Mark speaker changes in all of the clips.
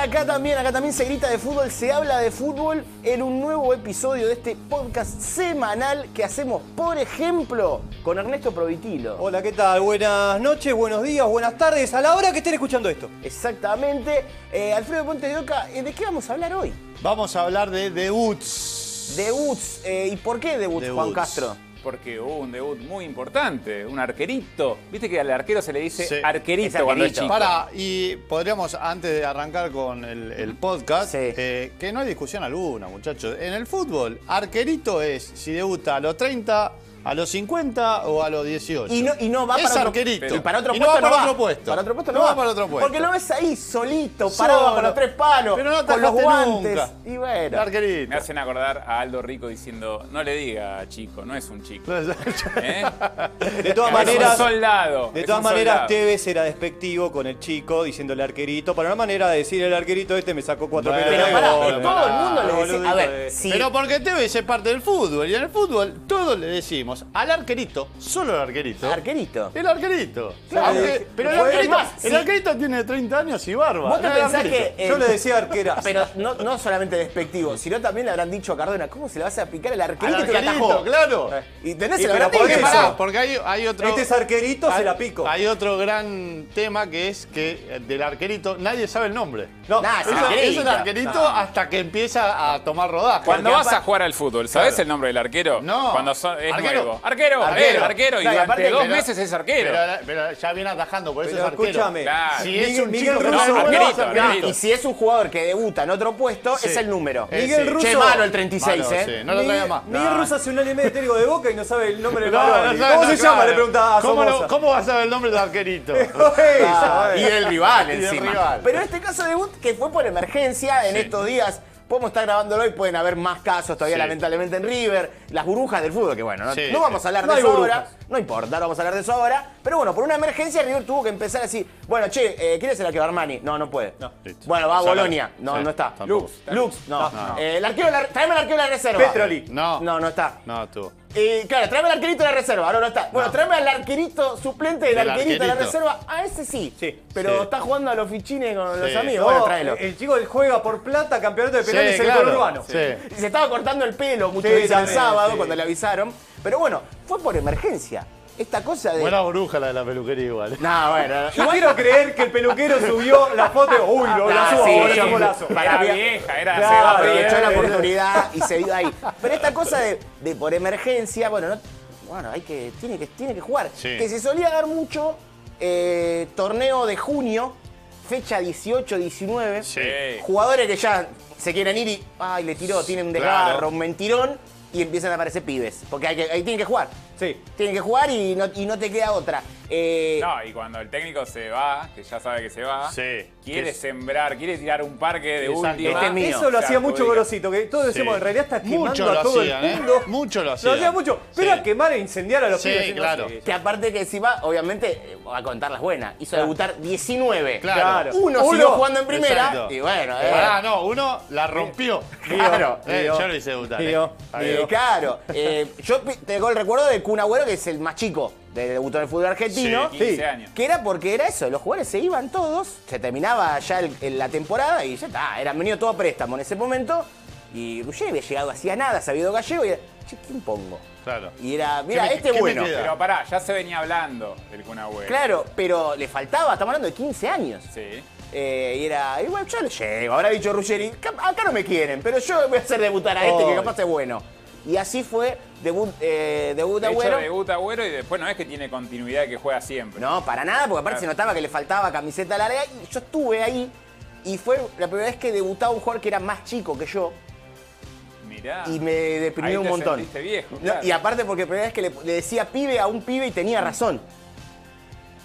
Speaker 1: Acá también, acá también se grita de fútbol, se habla de fútbol en un nuevo episodio de este podcast semanal que hacemos, por ejemplo, con Ernesto Provitilo.
Speaker 2: Hola, ¿qué tal? Buenas noches, buenos días, buenas tardes, a la hora que estén escuchando esto.
Speaker 1: Exactamente. Eh, Alfredo Ponte de Oca, eh, ¿de qué vamos a hablar hoy?
Speaker 3: Vamos a hablar de debuts.
Speaker 1: Debuts. eh, ¿Y por qué debuts, Juan
Speaker 3: Debuts.
Speaker 1: Castro?
Speaker 4: Porque hubo un debut muy importante, un arquerito. Viste que al arquero se le dice
Speaker 3: Sí.
Speaker 4: arquerito,
Speaker 1: Es arquerito.
Speaker 4: cuando es chico.
Speaker 3: Para, y podríamos, antes de arrancar con el, el podcast,
Speaker 1: Sí.
Speaker 3: eh, que no hay discusión alguna, muchachos. En el fútbol, arquerito es si debuta a los 30, a los 50 o a los 18.
Speaker 1: Y no, y no va
Speaker 3: es
Speaker 1: para
Speaker 3: arquerito.
Speaker 1: Otro, y para otro
Speaker 3: Y no
Speaker 1: puesto
Speaker 3: va para
Speaker 1: no
Speaker 3: otro puesto.
Speaker 1: Para otro puesto no,
Speaker 3: No va para otro puesto.
Speaker 1: Porque lo ves ahí solito, parado
Speaker 3: Solo.
Speaker 1: bajo los tres palos,
Speaker 3: Pero no
Speaker 1: con los
Speaker 3: atajaste
Speaker 1: guantes.
Speaker 3: nunca.
Speaker 1: Y
Speaker 3: El
Speaker 1: bueno.
Speaker 3: arquerito.
Speaker 4: Me hacen acordar a Aldo Rico diciendo, no le diga chico, no es un chico. ¿eh?
Speaker 2: De todas
Speaker 4: Es un
Speaker 2: maneras,
Speaker 4: soldado.
Speaker 2: de
Speaker 4: es
Speaker 2: todas
Speaker 4: un
Speaker 2: maneras
Speaker 4: soldado.
Speaker 2: Tevez era despectivo con el chico, diciéndole arquerito, para una manera de decir el arquerito este me sacó cuatro
Speaker 3: Bueno,
Speaker 1: Pero
Speaker 2: pelotas de
Speaker 1: pará, eh,
Speaker 2: gol,
Speaker 1: todo
Speaker 2: pará,
Speaker 1: el mundo le decía. A
Speaker 2: boludito
Speaker 1: ver,
Speaker 2: de-
Speaker 1: si.
Speaker 3: Pero porque Tevez es parte del fútbol. Y en el fútbol, todos le decimos al arquerito, solo al arquerito.
Speaker 1: Arquerito.
Speaker 3: El arquerito.
Speaker 1: Claro.
Speaker 3: Aunque- pero el
Speaker 1: Pues, es
Speaker 3: arquerito,
Speaker 1: más,
Speaker 3: el
Speaker 1: sí.
Speaker 3: arquerito tiene 30 años y barba.
Speaker 1: ¿Vos te
Speaker 3: No, el
Speaker 1: pensás
Speaker 3: arquerito.
Speaker 1: que eh,
Speaker 2: Yo le decía arquera.
Speaker 1: Pero no, no solamente despectivo, sino también le habrán dicho a Cardona, ¿cómo se le vas a picar al arquerito
Speaker 3: Al
Speaker 1: que te la
Speaker 3: arquerito,
Speaker 1: atajó? Eh.
Speaker 3: claro.
Speaker 1: Y tenés
Speaker 2: Y
Speaker 1: el
Speaker 2: pero
Speaker 1: arquerito
Speaker 2: por
Speaker 1: que
Speaker 2: eso-
Speaker 1: pará.
Speaker 3: Porque hay, hay otro.
Speaker 2: Este es arquerito, se la pico.
Speaker 3: Hay otro gran tema que es que eh, del arquerito nadie sabe el nombre. No,
Speaker 1: Nah, es
Speaker 3: es, es
Speaker 1: arquerito.
Speaker 3: el arquerito hasta que empieza a tomar rodaje.
Speaker 4: Cuando
Speaker 1: Porque
Speaker 4: vas
Speaker 1: apa-
Speaker 4: a jugar al fútbol, ¿sabés el nombre del arquero?
Speaker 3: No.
Speaker 4: Cuando so- es
Speaker 3: Arquero.
Speaker 4: nuevo.
Speaker 3: Arquero.
Speaker 4: Arquero, arquero, arquero.
Speaker 1: Claro, y
Speaker 4: Y durante
Speaker 1: aparte-
Speaker 4: dos
Speaker 3: Pero-
Speaker 4: meses es arquero.
Speaker 3: Pero, pero ya viene atajando, por eso
Speaker 2: Pero
Speaker 3: es arquero.
Speaker 2: escúchame.
Speaker 4: Claro.
Speaker 3: Si es un
Speaker 2: Miguel
Speaker 3: chico que
Speaker 2: Russo-
Speaker 3: no sabe,
Speaker 4: Arquerito,
Speaker 3: no,
Speaker 1: No,
Speaker 4: arquerito.
Speaker 1: y si es un jugador que debuta en otro puesto, es el número.
Speaker 3: Ese.
Speaker 2: Miguel Russo-
Speaker 1: Che, malo el 36,
Speaker 3: Malo,
Speaker 1: ¿eh?
Speaker 3: sí. No lo traiga más.
Speaker 2: Miguel Russo hace un año y medio técnico de Boca y no sabe el nombre del
Speaker 3: No,
Speaker 2: balón.
Speaker 3: no sabe,
Speaker 2: ¿Cómo
Speaker 3: no,
Speaker 2: se
Speaker 3: claro.
Speaker 2: llama? Le preguntaba a
Speaker 3: ¿Cómo, lo-
Speaker 2: Somoza.
Speaker 3: ¿Cómo vas a saber el nombre del arquerito? Ah,
Speaker 2: Esa,
Speaker 1: Y
Speaker 2: eh.
Speaker 1: el rival
Speaker 3: Y del
Speaker 1: encima.
Speaker 3: rival.
Speaker 1: Pero en este caso debut que fue por emergencia en estos días. Podemos estar grabándolo y pueden haber más casos todavía,
Speaker 3: Sí.
Speaker 1: lamentablemente, en River. Las burbujas del fútbol, que bueno, no,
Speaker 3: Sí,
Speaker 1: no vamos
Speaker 3: sí.
Speaker 1: a hablar
Speaker 2: No
Speaker 1: de
Speaker 2: hay
Speaker 1: eso
Speaker 2: burbujas.
Speaker 1: ahora. No importa, no vamos a hablar de eso ahora. Pero bueno, por una emergencia River tuvo que empezar así. Bueno, che, eh, ¿quién es el arquero Armani? No, no puede.
Speaker 3: Listo.
Speaker 1: Bueno, va a
Speaker 3: Sala.
Speaker 1: Bolonia. No,
Speaker 3: Sí,
Speaker 1: no está.
Speaker 3: tampoco.
Speaker 1: Lux. Lux, no. Eh, el arquero, de la- tráeme el arquero de la reserva.
Speaker 2: Petroli.
Speaker 3: No.
Speaker 1: No, no está.
Speaker 3: No, tú.
Speaker 1: Eh, claro, tráeme al arquerito de la reserva. No, no está. Bueno, tráeme al arquerito suplente del
Speaker 3: Del
Speaker 1: arquerito, de la
Speaker 3: arquerito.
Speaker 1: reserva. A ese sí.
Speaker 2: Sí,
Speaker 1: Pero
Speaker 3: sí.
Speaker 1: está jugando a los fichines con los
Speaker 3: Sí.
Speaker 1: amigos.
Speaker 2: No, eh,
Speaker 1: Bueno, tráelo.
Speaker 2: El chico juega por plata, campeonato de penales
Speaker 3: Sí,
Speaker 2: en el
Speaker 3: claro.
Speaker 2: conurbano.
Speaker 3: Sí.
Speaker 1: Y se estaba cortando el pelo muchos
Speaker 2: Sí,
Speaker 1: días el
Speaker 2: también,
Speaker 1: sábado
Speaker 2: sí.
Speaker 1: cuando le avisaron. Pero bueno, fue por emergencia. Esta cosa de. Ah,
Speaker 3: Buena bruja la de la peluquería igual.
Speaker 1: No,
Speaker 4: Ah,
Speaker 1: bueno.
Speaker 2: Yo quiero creer que el peluquero subió la foto. y, Uy, lo, la
Speaker 1: Ah,
Speaker 2: subo,
Speaker 1: sí,
Speaker 2: ahora
Speaker 1: sí.
Speaker 2: está golazo.
Speaker 1: Para
Speaker 4: Era
Speaker 1: mí- este
Speaker 4: vieja, era
Speaker 2: Claro,
Speaker 4: se va a pelear.
Speaker 1: aprovechó la oportunidad y se dio ahí. Pero esta cosa de, de por emergencia, bueno, no- bueno, hay que, tiene que, tiene que jugar.
Speaker 3: Sí.
Speaker 1: Que se solía dar mucho eh, torneo de junio, fecha 18, 19.
Speaker 4: Sí.
Speaker 1: Jugadores que ya se quieren ir y, ay, le tiró, tienen un
Speaker 3: Claro.
Speaker 1: desgarro, un mentirón, y empiezan a aparecer pibes. Porque hay que, ahí tienen que jugar.
Speaker 2: Sí.
Speaker 1: Tienen que jugar y no, y no te queda otra. Eh,
Speaker 4: No, y cuando el técnico se va, que ya sabe que se va,
Speaker 3: Sí.
Speaker 4: quiere
Speaker 3: Que-
Speaker 4: sembrar, quiere tirar un parque de
Speaker 3: Exacto.
Speaker 4: última.
Speaker 1: Este es mío.
Speaker 2: Ah, Eso lo
Speaker 4: Se
Speaker 2: hacía mucho
Speaker 4: adjudica.
Speaker 2: Gorosito, que todos decimos, en realidad está quemando
Speaker 3: Mucho lo
Speaker 2: a todo
Speaker 3: hacían,
Speaker 2: el
Speaker 3: ¿eh?
Speaker 2: mundo.
Speaker 3: Mucho lo
Speaker 2: Lo
Speaker 3: hacían.
Speaker 2: hacía mucho.
Speaker 3: Sí.
Speaker 2: Pero era quemar e incendiar a los
Speaker 3: Sí,
Speaker 2: pibes. no
Speaker 3: claro.
Speaker 2: sé.
Speaker 1: Que aparte que encima, obviamente, eh, voy a contar las buenas. Hizo debutar 19.
Speaker 3: Claro.
Speaker 1: Uno,
Speaker 2: Uno.
Speaker 1: siguió jugando en primera.
Speaker 3: Exacto.
Speaker 1: Y bueno, eh,
Speaker 3: Pará, no, uno la rompió.
Speaker 1: Claro.
Speaker 3: Eh,
Speaker 2: Digo.
Speaker 3: yo lo hice debutar. eh.
Speaker 2: Digo.
Speaker 3: Ahí
Speaker 1: eh,
Speaker 3: va.
Speaker 1: claro. Eh, yo pi- tengo el recuerdo de Kun Agüero, que es el más chico de debutó en el fútbol argentino.
Speaker 4: Sí, 15 años.
Speaker 1: Que era porque era eso, los jugadores se iban todos, se terminaba ya el- el- la temporada y ya está, eran venido todo a préstamo en ese momento. Y Ruggeri había llegado hacía nada, sabido gallego, y era, che, ¿quién pongo?
Speaker 3: Claro.
Speaker 1: Y era, mira,
Speaker 3: me-
Speaker 1: este
Speaker 3: qué me
Speaker 1: bueno.
Speaker 3: queda?
Speaker 4: Pero pará, ya se venía hablando del Kun Agüero.
Speaker 1: Claro, pero le faltaba, estamos hablando de 15 años.
Speaker 4: Sí.
Speaker 1: Eh, y era, y bueno, yo le llego, habrá dicho Ruggeri, "Cap- acá no me quieren, pero yo voy a hacer debutar a este que
Speaker 2: Ay.
Speaker 1: capaz es bueno. Y así fue debut, eh, debut
Speaker 4: De hecho,
Speaker 1: Agüero.
Speaker 4: debuta Agüero y después no es que tiene continuidad que juega siempre.
Speaker 1: No, para nada, porque aparte
Speaker 4: Claro.
Speaker 1: se notaba que le faltaba camiseta larga. Y yo estuve ahí y fue la primera vez que debutaba un jugador que era más chico que yo
Speaker 4: Mirá.
Speaker 1: y me deprimió
Speaker 4: Ah. Ahí
Speaker 1: un
Speaker 4: te
Speaker 1: montón.
Speaker 4: sentiste viejo,
Speaker 1: No,
Speaker 4: claro.
Speaker 1: Y aparte porque la primera vez que le, le decía pibe a un pibe y tenía razón.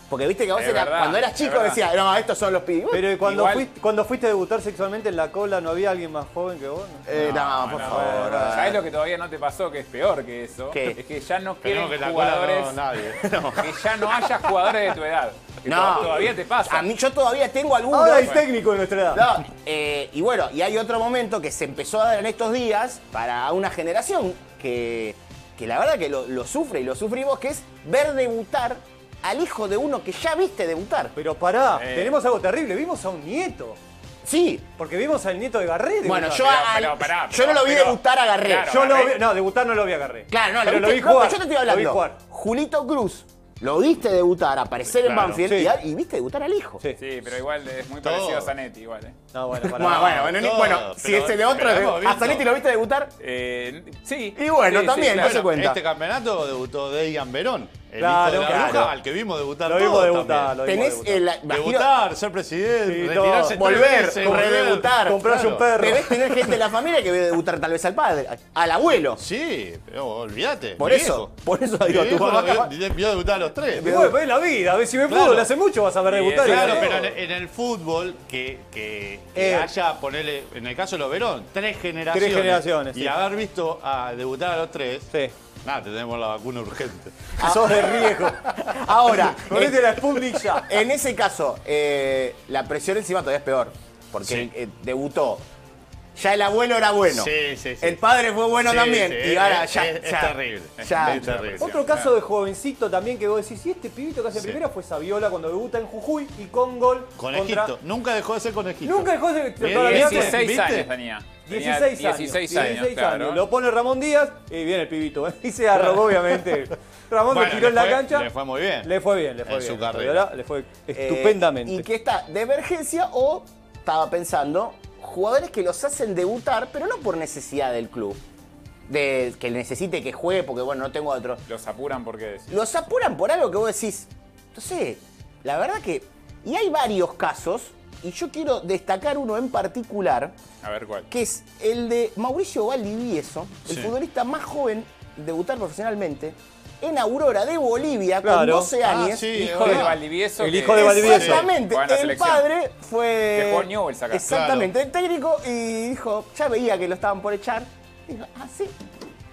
Speaker 1: Porque viste que a vos
Speaker 4: Es
Speaker 1: era-
Speaker 4: verdad,
Speaker 1: cuando eras
Speaker 4: es
Speaker 1: chico
Speaker 4: verdad.
Speaker 1: decía, no, estos son los pibes.
Speaker 2: Pero cuando,
Speaker 4: Igual-
Speaker 2: fuiste, cuando fuiste a debutar sexualmente en la cola, ¿no había alguien más joven que vos? No.
Speaker 1: Eh, no, por favor. eh.
Speaker 4: ¿Sabes lo que todavía no te pasó? Que es peor que eso.
Speaker 1: ¿Qué?
Speaker 4: Es que ya no
Speaker 3: Pero
Speaker 4: quieren
Speaker 3: no, que la cola
Speaker 4: jugadores.
Speaker 3: no, nadie.
Speaker 4: Que ya no haya jugadores de tu edad. Que to- Todavía te pasa.
Speaker 1: A mí yo todavía tengo algunos.
Speaker 2: Ahora hay técnico de nuestra edad.
Speaker 1: No, eh, y bueno, y hay otro momento que se empezó a dar en estos días para una generación que, que la verdad que lo, lo sufre y lo sufrimos, que es ver debutar al hijo de uno que ya viste debutar.
Speaker 2: Pero pará,
Speaker 4: Eh.
Speaker 2: tenemos algo terrible. Vimos a un nieto.
Speaker 1: Sí.
Speaker 2: Porque vimos al nieto de Garré. debutar.
Speaker 1: Bueno, yo,
Speaker 4: pero,
Speaker 1: a-
Speaker 4: pero, pará,
Speaker 1: yo no
Speaker 4: pero-
Speaker 1: lo vi
Speaker 4: pero-
Speaker 1: debutar a Garré.
Speaker 4: claro.
Speaker 2: Yo lo
Speaker 4: Garré.
Speaker 2: vi, no, debutar no lo vi a Garré.
Speaker 1: Claro, no, lo
Speaker 2: Pero
Speaker 1: viste, no, pero yo te estoy hablando.
Speaker 2: Lo vi jugar.
Speaker 1: Julito Cruz, lo viste debutar, aparecer en
Speaker 4: Claro,
Speaker 1: Banfield
Speaker 2: sí.
Speaker 1: y a- y, viste debutar al hijo.
Speaker 2: Sí.
Speaker 4: Sí, pero igual es muy
Speaker 3: Todo.
Speaker 4: parecido a Zanetti, igual. eh.
Speaker 2: No, bueno, para
Speaker 1: Bueno, bueno, bueno, ni-
Speaker 3: no,
Speaker 1: bueno,
Speaker 3: pero-
Speaker 1: si ese de otro,
Speaker 3: pero hemos
Speaker 1: a
Speaker 3: visto.
Speaker 1: Zanetti lo viste debutar.
Speaker 4: Eh, sí.
Speaker 1: Y bueno,
Speaker 4: Sí, sí,
Speaker 1: también,
Speaker 4: claro.
Speaker 1: no se cuenta.
Speaker 3: Este campeonato debutó Deian Verón, el
Speaker 2: Claro,
Speaker 3: hijo de la
Speaker 2: claro.
Speaker 3: bruja, al que vimos debutar
Speaker 2: Lo vimos
Speaker 3: todos
Speaker 2: debutar,
Speaker 3: también.
Speaker 2: lo vimos
Speaker 1: Tenés
Speaker 2: debutar.
Speaker 1: el. imagino-
Speaker 3: Debutar, ser presidente,
Speaker 2: Sí,
Speaker 3: retirarse
Speaker 2: no,
Speaker 3: tres
Speaker 1: volver,
Speaker 3: veces,
Speaker 1: como
Speaker 3: volver.
Speaker 1: redebutar.
Speaker 2: Comprarse un perro.
Speaker 1: Debes tener gente en la familia que ve debutar tal vez al padre, al abuelo.
Speaker 3: Sí, pero olvídate.
Speaker 1: Por
Speaker 3: mi
Speaker 1: eso,
Speaker 3: viejo.
Speaker 1: por eso
Speaker 3: Mi
Speaker 1: digo, tu
Speaker 3: viejo
Speaker 1: papá
Speaker 3: vio-
Speaker 1: capaz-
Speaker 3: vio debutar a los tres.
Speaker 2: Y bueno, pues es la vida. A ver, si me fútbol
Speaker 3: Claro.
Speaker 2: hace mucho vas a ver
Speaker 4: Sí,
Speaker 2: debutar. y
Speaker 3: Claro,
Speaker 4: Claro.
Speaker 3: pero en, en el fútbol que, que, que
Speaker 2: Eh.
Speaker 3: haya, ponele, en el caso de los Verón, tres generaciones.
Speaker 2: generaciones,
Speaker 3: Y
Speaker 2: sí.
Speaker 3: haber visto a debutar a los tres,
Speaker 2: Sí.
Speaker 3: nada, tenemos la vacuna urgente.
Speaker 2: Sos de riesgo.
Speaker 1: Ahora, eh,
Speaker 2: Ponete la Sputnik ya.
Speaker 1: en ese caso, eh, la presión encima todavía es peor. Porque
Speaker 3: Sí.
Speaker 1: eh, debutó. Ya el abuelo era bueno.
Speaker 3: Sí, sí, sí.
Speaker 1: El padre fue bueno
Speaker 3: Sí,
Speaker 1: también.
Speaker 3: sí,
Speaker 1: y
Speaker 3: es-
Speaker 1: ahora
Speaker 3: es-
Speaker 1: ya.
Speaker 3: es
Speaker 1: ya-
Speaker 3: terrible.
Speaker 1: ya-
Speaker 3: Es terrible.
Speaker 2: Otro caso de jovencito también que vos decís, y este pibito que hace
Speaker 3: Sí.
Speaker 2: primero fue Saviola cuando debuta en Jujuy y con gol
Speaker 3: Conejito.
Speaker 2: contra...
Speaker 3: Nunca dejó de ser conejito.
Speaker 2: Nunca dejó de...
Speaker 3: Bien,
Speaker 2: toda la vida-
Speaker 4: 16
Speaker 3: ¿Viste?
Speaker 4: años tenía. Tenía
Speaker 2: 16 años.
Speaker 4: 16 años,
Speaker 2: 16
Speaker 4: claro.
Speaker 2: años. Lo pone Ramón Díaz y viene el pibito. ¿eh? Y se arrogó, obviamente. Ramón
Speaker 3: Bueno,
Speaker 2: lo tiró
Speaker 3: le
Speaker 2: en la
Speaker 3: fue-
Speaker 2: cancha.
Speaker 3: le fue muy bien.
Speaker 2: Le fue bien, le fue
Speaker 3: En
Speaker 2: bien.
Speaker 3: su carrera.
Speaker 2: Le fue
Speaker 1: eh,
Speaker 2: estupendamente.
Speaker 1: y que está de emergencia o estaba pensando, jugadores que los hacen debutar, pero no por necesidad del club. De que necesite que juegue, porque bueno, no tengo otro.
Speaker 4: Los apuran porque decís.
Speaker 1: los apuran por algo que vos decís. Entonces, la verdad que. Y hay varios casos, y yo quiero destacar uno en particular,
Speaker 4: A ver cuál.
Speaker 1: que es el de Mauricio Valdivieso, el
Speaker 3: Sí.
Speaker 1: futbolista más joven en debutar profesionalmente, en Aurora de Bolivia, con
Speaker 2: Claro.
Speaker 1: 12
Speaker 3: Ah,
Speaker 1: años.
Speaker 3: sí,
Speaker 4: Hijo de
Speaker 3: bueno.
Speaker 4: Valdivieso.
Speaker 2: El
Speaker 4: que-
Speaker 2: hijo de Valdivieso.
Speaker 1: Exactamente,
Speaker 4: Juega en la
Speaker 1: el
Speaker 4: selección.
Speaker 1: padre fue.
Speaker 4: Que jugó en Newell's acá.
Speaker 1: Exactamente, el técnico, y dijo, ya veía que lo estaban por echar. Dijo, ah, sí.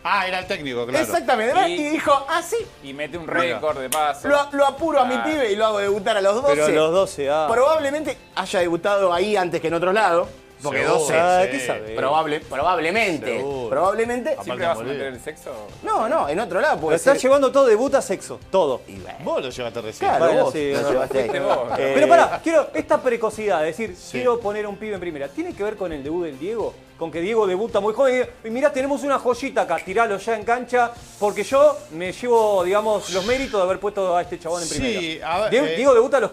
Speaker 3: Ah, era el técnico, claro.
Speaker 1: Exactamente,
Speaker 4: Y-
Speaker 1: y dijo, ah, sí.
Speaker 4: Y mete un récord de paso.
Speaker 1: Lo, lo apuro a mi
Speaker 4: Ah.
Speaker 1: pibe y lo hago debutar a los 12.
Speaker 2: Pero a los 12, ah.
Speaker 1: Probablemente haya debutado ahí antes que en otro lado. Porque
Speaker 3: Seguro.
Speaker 1: 12.
Speaker 2: Ah,
Speaker 3: Sí.
Speaker 2: ¿qué sabés?
Speaker 1: probable- probablemente.
Speaker 3: Seguro.
Speaker 1: Probablemente.
Speaker 4: ¿Siempre
Speaker 3: Aparte
Speaker 4: vas a
Speaker 3: morir.
Speaker 4: meter el sexo?
Speaker 1: No, no, en otro lado
Speaker 2: Lo
Speaker 1: puede
Speaker 2: estás
Speaker 1: ser.
Speaker 2: llevando todo, debuta sexo, todo.
Speaker 1: Y bueno,
Speaker 3: Vos lo llevaste recién.
Speaker 1: claro,
Speaker 2: Bueno,
Speaker 1: vos
Speaker 2: sí,
Speaker 1: lo
Speaker 2: no,
Speaker 1: llevaste ahí.
Speaker 4: Este vos.
Speaker 2: Eh, Pero pará, quiero esta precocidad, es decir,
Speaker 3: Sí.
Speaker 2: quiero poner a un pibe en primera. ¿Tiene que ver con el debut del Diego? Con que Diego debuta muy joven. Y mirá, tenemos una joyita acá, tiralo ya en cancha, porque yo me llevo, digamos, los méritos de haber puesto a este chabón en
Speaker 3: Sí,
Speaker 2: primera.
Speaker 3: a ver,
Speaker 2: Diego,
Speaker 3: eh,
Speaker 2: Diego debuta a los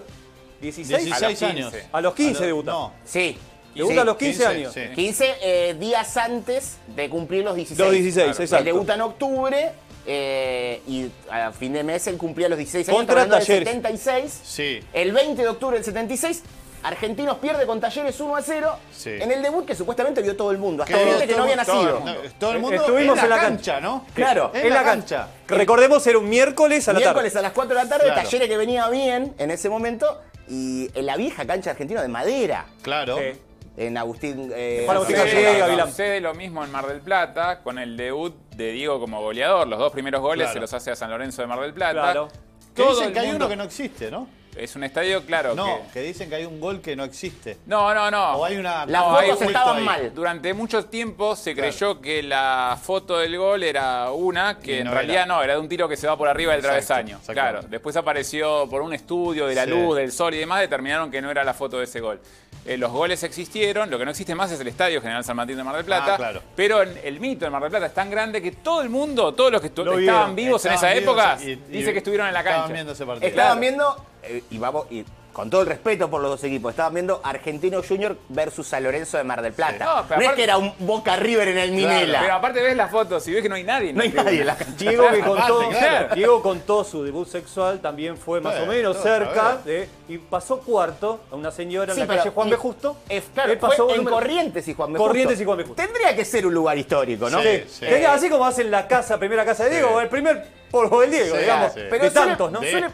Speaker 2: 16,
Speaker 3: 16
Speaker 4: A los 15.
Speaker 3: años.
Speaker 2: a los 15
Speaker 3: A lo-
Speaker 2: debuta.
Speaker 3: No.
Speaker 1: Sí.
Speaker 2: Debuta
Speaker 1: sí.
Speaker 2: a los 15,
Speaker 3: 15,
Speaker 2: años.
Speaker 3: sí.
Speaker 1: 15 eh, días antes de cumplir los 16.
Speaker 2: Los 16,
Speaker 1: Claro.
Speaker 2: exacto.
Speaker 1: Él debuta en octubre eh, y a fin de mes él cumplía los 16 años.
Speaker 2: Contra
Speaker 1: estamos hablando del
Speaker 2: Talleres.
Speaker 1: 76.
Speaker 3: Sí.
Speaker 1: El 20 de octubre del 76. Argentinos pierde con Talleres 1 a 0
Speaker 3: Sí.
Speaker 1: en el debut que supuestamente vio todo el mundo, hasta
Speaker 3: Creo
Speaker 1: gente que no había
Speaker 3: todo-
Speaker 1: nacido.
Speaker 3: no, Todo el mundo
Speaker 2: Estuvimos en la cancha.
Speaker 3: ¿no?
Speaker 1: Claro,
Speaker 3: en la cancha.
Speaker 2: Recordemos, era un miércoles a la
Speaker 1: Miércoles
Speaker 2: tarde.
Speaker 1: a las 4 de la tarde,
Speaker 3: Claro.
Speaker 1: Talleres que venía bien en ese momento y en la vieja cancha argentina de madera,
Speaker 3: Claro.
Speaker 2: Sí.
Speaker 1: en Agustín. eh,
Speaker 2: Para Agustín
Speaker 1: Alcántara.
Speaker 2: Gallegos, Gavilán.
Speaker 4: Sucede lo mismo en Mar del Plata con el debut de Diego como goleador. Los dos primeros goles
Speaker 3: Claro.
Speaker 4: se los hace a San Lorenzo de Mar del Plata.
Speaker 2: Claro.
Speaker 3: Que
Speaker 4: Todo
Speaker 3: dicen
Speaker 4: el
Speaker 3: que hay
Speaker 4: mundo-
Speaker 3: uno que no existe, ¿no?
Speaker 4: Es un estadio, claro.
Speaker 3: No,
Speaker 4: que-
Speaker 3: que dicen que hay un gol que no existe.
Speaker 4: No, no, no.
Speaker 3: O hay una.
Speaker 1: Las
Speaker 3: no,
Speaker 1: fotos
Speaker 3: hay un culto
Speaker 1: estaban
Speaker 3: ahí.
Speaker 1: mal.
Speaker 4: Durante mucho tiempo se creyó que la foto del gol era una, que
Speaker 3: Y
Speaker 4: en
Speaker 3: no
Speaker 4: realidad
Speaker 3: era.
Speaker 4: no, era de un tiro que se va por arriba del
Speaker 3: Exacto,
Speaker 4: travesaño.
Speaker 3: exactamente.
Speaker 4: Claro, después apareció por un estudio de la
Speaker 3: Sí.
Speaker 4: luz, del sol y demás, determinaron que no era la foto de ese gol. Eh, los goles existieron, lo que no existe más es el Estadio General San Martín de Mar del Plata,
Speaker 3: Ah, claro.
Speaker 4: pero en- el mito de Mar del Plata es tan grande que todo el mundo, todos los que estu-
Speaker 2: Lo
Speaker 4: estaban
Speaker 2: vieron,
Speaker 4: vivos en
Speaker 3: Estaban
Speaker 4: esa
Speaker 3: vivos
Speaker 4: época,
Speaker 3: y- y
Speaker 4: dice que estuvieron en la
Speaker 3: Estaban
Speaker 4: cancha.
Speaker 3: viendo ese partido.
Speaker 1: Estaban viendo, eh, y vamos, y con todo el respeto por los dos equipos, estaban viendo Argentino Junior versus San Lorenzo de Mar del Plata.
Speaker 4: No,
Speaker 1: No,
Speaker 4: pero
Speaker 1: es
Speaker 4: aparte-
Speaker 1: que era un Boca River en el Minela.
Speaker 4: Pero aparte ves las fotos y ves que no hay nadie. en
Speaker 1: no
Speaker 4: la
Speaker 1: hay
Speaker 4: tribuna.
Speaker 1: nadie en la cancha.
Speaker 2: Diego que
Speaker 3: Aparte,
Speaker 2: contó,
Speaker 3: claro.
Speaker 2: Diego contó su debut sexual también fue más o
Speaker 3: Bueno,
Speaker 2: menos
Speaker 3: todo,
Speaker 2: cerca
Speaker 3: a
Speaker 2: de, y pasó cuarto a una señora
Speaker 1: Sí,
Speaker 2: en la
Speaker 1: pero-
Speaker 2: calle Juan
Speaker 1: y-
Speaker 2: B. Justo.
Speaker 1: Es, claro,
Speaker 2: Él pasó
Speaker 1: fue en
Speaker 2: volumen-
Speaker 1: Corrientes y Juan B.
Speaker 2: Corrientes
Speaker 1: Justo.
Speaker 2: y Juan B. Justo.
Speaker 1: Tendría que ser un lugar histórico, ¿no?
Speaker 3: Sí, sí.
Speaker 2: Tenía así como hacen la casa, primera casa de Diego,
Speaker 3: Sí.
Speaker 2: el primer polvo del Diego,
Speaker 3: Sí,
Speaker 2: digamos.
Speaker 3: sí.
Speaker 2: de tantos, ¿no?
Speaker 1: suele, Suele,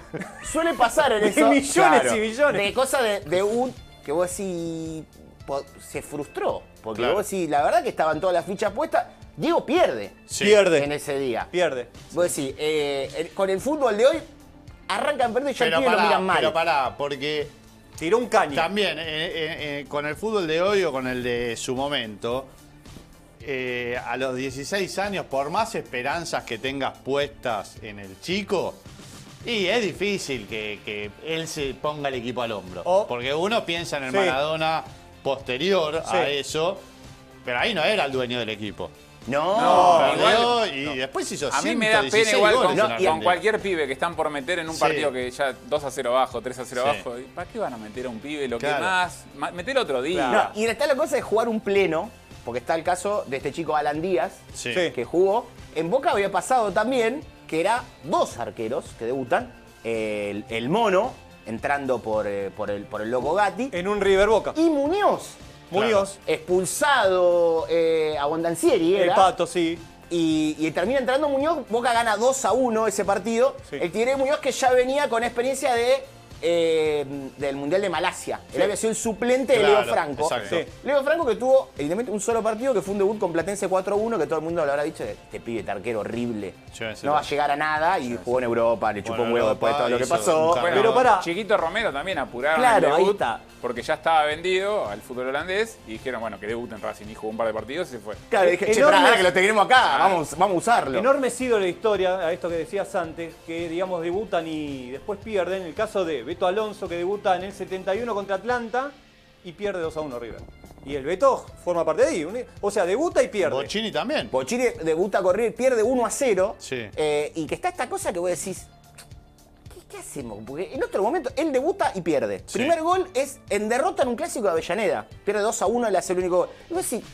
Speaker 1: suele pasar en
Speaker 2: De
Speaker 1: eso.
Speaker 2: millones y millones.
Speaker 1: De cosas de, de un que vos decís. po- Se frustró. Porque
Speaker 3: Claro.
Speaker 1: vos decís, la verdad que estaban todas las fichas puestas. Diego pierde
Speaker 3: Sí.
Speaker 2: Pierde.
Speaker 1: en ese día.
Speaker 2: Pierde.
Speaker 1: Vos decís, eh, el- con el fútbol de hoy arrancan perdiendo y ya el
Speaker 3: Pero
Speaker 1: pibe lo
Speaker 3: pará,
Speaker 1: miran mal.
Speaker 3: pero pará, porque
Speaker 2: Tiró un caño.
Speaker 3: también eh, eh, eh, con el fútbol de hoy o con el de su momento, eh, a los 16 años, por más esperanzas que tengas puestas en el chico, y es difícil que, que él se ponga el equipo al hombro.
Speaker 2: O-
Speaker 3: porque uno piensa en el
Speaker 2: Sí.
Speaker 3: Maradona posterior
Speaker 2: Sí.
Speaker 3: a eso, pero ahí no era el dueño del equipo.
Speaker 1: No,
Speaker 4: No,
Speaker 3: Perdió
Speaker 4: igual-
Speaker 3: y después hizo
Speaker 4: A mí me da
Speaker 3: 116
Speaker 4: pena igual
Speaker 3: goles
Speaker 4: con,
Speaker 3: en
Speaker 4: con
Speaker 3: Argentina.
Speaker 4: cualquier pibe que están por meter en un
Speaker 3: Sí.
Speaker 4: partido que ya 2 a 0 abajo, 3 a 0
Speaker 3: Sí.
Speaker 4: abajo. ¿y ¿Para qué van a meter a un pibe? Lo que
Speaker 3: Claro.
Speaker 4: más. ma- Meter otro día.
Speaker 1: No, y está la cosa de jugar un pleno, porque está el caso de este chico Alan Díaz,
Speaker 3: Sí.
Speaker 2: Sí.
Speaker 1: que jugó. En Boca había pasado también que era dos arqueros que debutan. El, el mono, entrando por, eh, por el, por el loco Gatti.
Speaker 2: En un River Boca.
Speaker 1: Y Muñoz,
Speaker 2: Muñoz,
Speaker 1: expulsado eh, a Bondancieri.
Speaker 2: el
Speaker 1: era.
Speaker 2: pato, sí.
Speaker 1: Y, y termina entrando Muñoz, Boca gana 2 a 1 ese partido.
Speaker 2: Sí.
Speaker 1: El Tigre Muñoz que ya venía con experiencia de, eh, del Mundial de Malasia. Él había sido el suplente de
Speaker 3: Claro,
Speaker 1: Leo Franco.
Speaker 3: exacto.
Speaker 2: Sí.
Speaker 1: Leo Franco que tuvo, evidentemente, un solo partido que fue un debut con Platense 4-1, que todo el mundo lo habrá dicho, este pibe tarquero horrible.
Speaker 3: Llévenselo.
Speaker 1: No va a llegar a nada y jugó en Europa, le chupó
Speaker 3: en
Speaker 1: un huevo
Speaker 3: Europa
Speaker 1: después de todo lo que
Speaker 3: hizo
Speaker 1: pasó.
Speaker 3: un cambio.
Speaker 4: Bueno,
Speaker 2: Pero pará.
Speaker 4: Chiquito Romero también apuraron.
Speaker 1: Claro,
Speaker 4: el
Speaker 1: ahí
Speaker 4: debut
Speaker 1: está.
Speaker 4: Porque ya estaba vendido al fútbol holandés y dijeron, bueno, que debuten en Racing y jugó un par de partidos y se fue.
Speaker 1: Claro,
Speaker 3: Eh,
Speaker 1: dije, che,
Speaker 2: Enorme-
Speaker 1: pará, ahora que lo tenemos
Speaker 3: Ah.
Speaker 1: acá, vamos, vamos a usarlo.
Speaker 2: Enormes ídolos de historia, a esto que decías antes, que digamos debutan y después pierden. El caso de Beto Alonso, que debuta en el 71 contra Atlanta y pierde 2 a 1 River. Y el Beto forma parte de ahí. un- O sea, debuta y pierde.
Speaker 3: Bochini también.
Speaker 1: Bochini debuta a correr, pierde 1 a 0.
Speaker 3: Sí.
Speaker 1: eh, y que está esta cosa que vos decís, ¿qué, qué hacemos? Porque en otro momento él debuta y pierde.
Speaker 3: Sí.
Speaker 1: Primer gol es en derrota en un clásico de Avellaneda. Pierde 2 a 1, le hace el único gol. Y vos decís,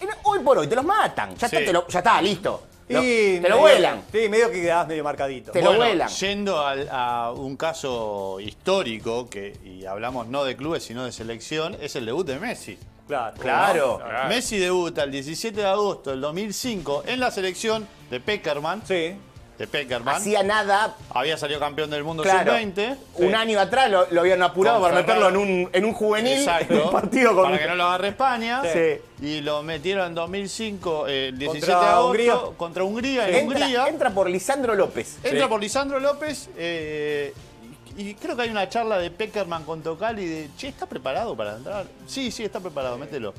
Speaker 1: en- hoy por hoy te los matan. Ya, está,
Speaker 3: Sí. eh,
Speaker 1: te lo- ya está, listo.
Speaker 2: Y
Speaker 1: Lo- te lo
Speaker 2: medio-
Speaker 1: vuelan.
Speaker 2: Sí, medio que quedás medio marcadito.
Speaker 1: Te lo vuelan.
Speaker 3: Yendo al- a un caso histórico, que, y hablamos no de clubes sino de selección, es el debut de Messi.
Speaker 2: Claro.
Speaker 1: Claro.
Speaker 4: Claro.
Speaker 3: Messi debuta el 17 de agosto del 2005 en la selección de Peckerman.
Speaker 2: Sí.
Speaker 3: De Peckerman.
Speaker 1: Hacía nada.
Speaker 3: Había salido campeón del mundo
Speaker 1: Claro,
Speaker 3: sub-20.
Speaker 1: un
Speaker 3: Sí.
Speaker 1: año atrás lo, lo habían apurado
Speaker 3: Con
Speaker 1: para meterlo en
Speaker 3: Ferraro.
Speaker 1: un, en un juvenil,
Speaker 3: Exacto.
Speaker 1: en un partido con...
Speaker 3: Para que no lo agarre España.
Speaker 1: Sí.
Speaker 3: Y lo metieron en 2005, eh, el 17
Speaker 2: Contra
Speaker 3: de agosto,
Speaker 2: Hungría.
Speaker 3: contra Hungría. En Hungría.
Speaker 1: entra, entra por Lisandro López.
Speaker 3: Entra
Speaker 4: Sí.
Speaker 3: por Lisandro López eh, y y creo que hay una charla de Peckerman con Tocali de, che, ¿está preparado para entrar? Sí, sí, está preparado, mételo.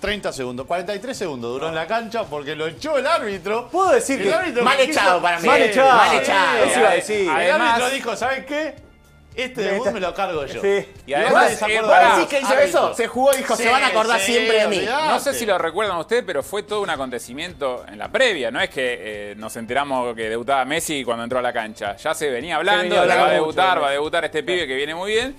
Speaker 3: 30 segundos, 43 segundos duró en la cancha porque lo echó el árbitro.
Speaker 2: Puedo decir
Speaker 3: El
Speaker 2: que
Speaker 3: árbitro
Speaker 1: mal
Speaker 3: me quiso-
Speaker 1: echado para mí.
Speaker 2: Mal echado.
Speaker 1: Mal echado.
Speaker 2: Eso iba a decir.
Speaker 3: El
Speaker 4: Además-
Speaker 3: árbitro dijo, ¿sabes qué? Este debut me lo cargo yo.
Speaker 2: Sí.
Speaker 4: Y
Speaker 3: Igual
Speaker 4: además,
Speaker 3: se
Speaker 4: eh,
Speaker 3: acordó.
Speaker 4: pará,
Speaker 1: ¿Decís que hizo
Speaker 3: Ah,
Speaker 1: eso? Se jugó y dijo, se van a acordar siempre de mí.
Speaker 3: olvidate.
Speaker 4: No sé si lo recuerdan ustedes, pero fue todo un acontecimiento en la previa. No es que eh, nos enteramos que debutaba Messi cuando entró a la cancha. Ya se venía hablando,
Speaker 2: venía
Speaker 4: de que va a
Speaker 2: hablando mucho
Speaker 4: debutar,
Speaker 2: de
Speaker 4: va a
Speaker 2: Messi.
Speaker 4: debutar este pibe que viene muy bien.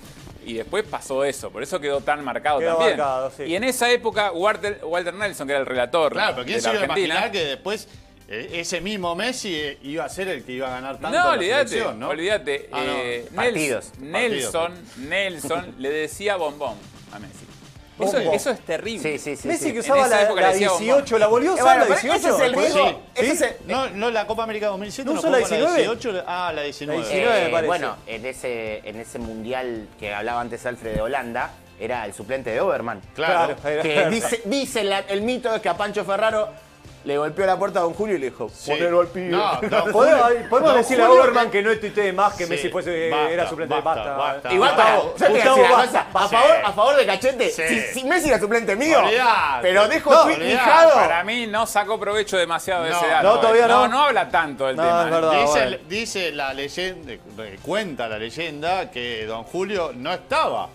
Speaker 4: Y después pasó eso, por eso quedó tan marcado
Speaker 2: Quedó
Speaker 4: también.
Speaker 2: marcado, sí.
Speaker 4: Y en esa época, Walter, Walter Nelson, que era el relator
Speaker 3: Claro, pero ¿quién
Speaker 4: de
Speaker 3: se
Speaker 4: la
Speaker 3: iba a
Speaker 4: Argentina,
Speaker 3: imaginar que después eh, ese mismo Messi eh, iba a ser el que iba a ganar tanto
Speaker 4: No,
Speaker 3: la
Speaker 4: olvídate,
Speaker 3: selección, ¿no?
Speaker 4: olvídate.
Speaker 3: Ah, no.
Speaker 4: Eh, Nels-
Speaker 1: Partidos,
Speaker 4: Nelson, Nelson le decía bombón a Messi. Eso,
Speaker 1: Bombón.
Speaker 4: eso es terrible.
Speaker 1: Sí, sí, sí.
Speaker 2: Messi
Speaker 1: sí.
Speaker 2: que
Speaker 4: En
Speaker 2: usaba
Speaker 4: esa
Speaker 2: la,
Speaker 4: época
Speaker 2: la
Speaker 4: le decía
Speaker 2: 18, la volvió a
Speaker 1: Eh,
Speaker 2: usar
Speaker 1: bueno,
Speaker 2: la
Speaker 1: pero
Speaker 2: 18.
Speaker 1: ese es el
Speaker 2: después.
Speaker 1: riesgo.
Speaker 3: sí.
Speaker 1: Ese
Speaker 2: ¿Sí?
Speaker 1: es el-
Speaker 3: No, no, la Copa América 2007
Speaker 2: ¿No
Speaker 3: no,
Speaker 2: usó
Speaker 3: jugó
Speaker 2: la
Speaker 3: con
Speaker 2: 19?
Speaker 3: 18, la- ah, la 19.
Speaker 2: La 19
Speaker 1: Eh,
Speaker 2: me parece.
Speaker 1: Bueno, en ese, en ese mundial que hablaba antes Alfred de Holanda, era el suplente de Oberman.
Speaker 3: Claro.
Speaker 2: Claro.
Speaker 1: Que dice, dice la- el mito es que a Pancho Ferraro le golpeó la puerta a Don Julio y le dijo,
Speaker 3: Sí.
Speaker 1: poner al pibe".
Speaker 3: No, no,
Speaker 2: Podemos, podemos
Speaker 3: Don
Speaker 2: decirle a
Speaker 3: Julio
Speaker 2: Overman que no tuitee más que
Speaker 3: Sí,
Speaker 2: Messi fuese,
Speaker 3: basta,
Speaker 2: era suplente de
Speaker 3: basta,
Speaker 2: pasta.
Speaker 3: basta.
Speaker 1: Igual para,
Speaker 3: Gustavo,
Speaker 1: yo te voy a decir
Speaker 2: Gustavo,
Speaker 1: una cosa, a
Speaker 3: Sí.
Speaker 1: favor, a favor de Cachete,
Speaker 3: Sí.
Speaker 1: si, si Messi era suplente mío,
Speaker 3: Olvidate.
Speaker 1: pero dejo
Speaker 3: No,
Speaker 1: tweet
Speaker 3: olvidate.
Speaker 1: fijado.
Speaker 4: Para mí no sacó provecho demasiado de
Speaker 3: No,
Speaker 4: ese dato. ¿eh?
Speaker 2: no, todavía no.
Speaker 4: No, habla tanto del
Speaker 2: No,
Speaker 4: tema.
Speaker 2: es verdad.
Speaker 1: Ah,
Speaker 3: Dice,
Speaker 2: bueno.
Speaker 3: dice la leyenda, eh, cuenta la leyenda que Don Julio no estaba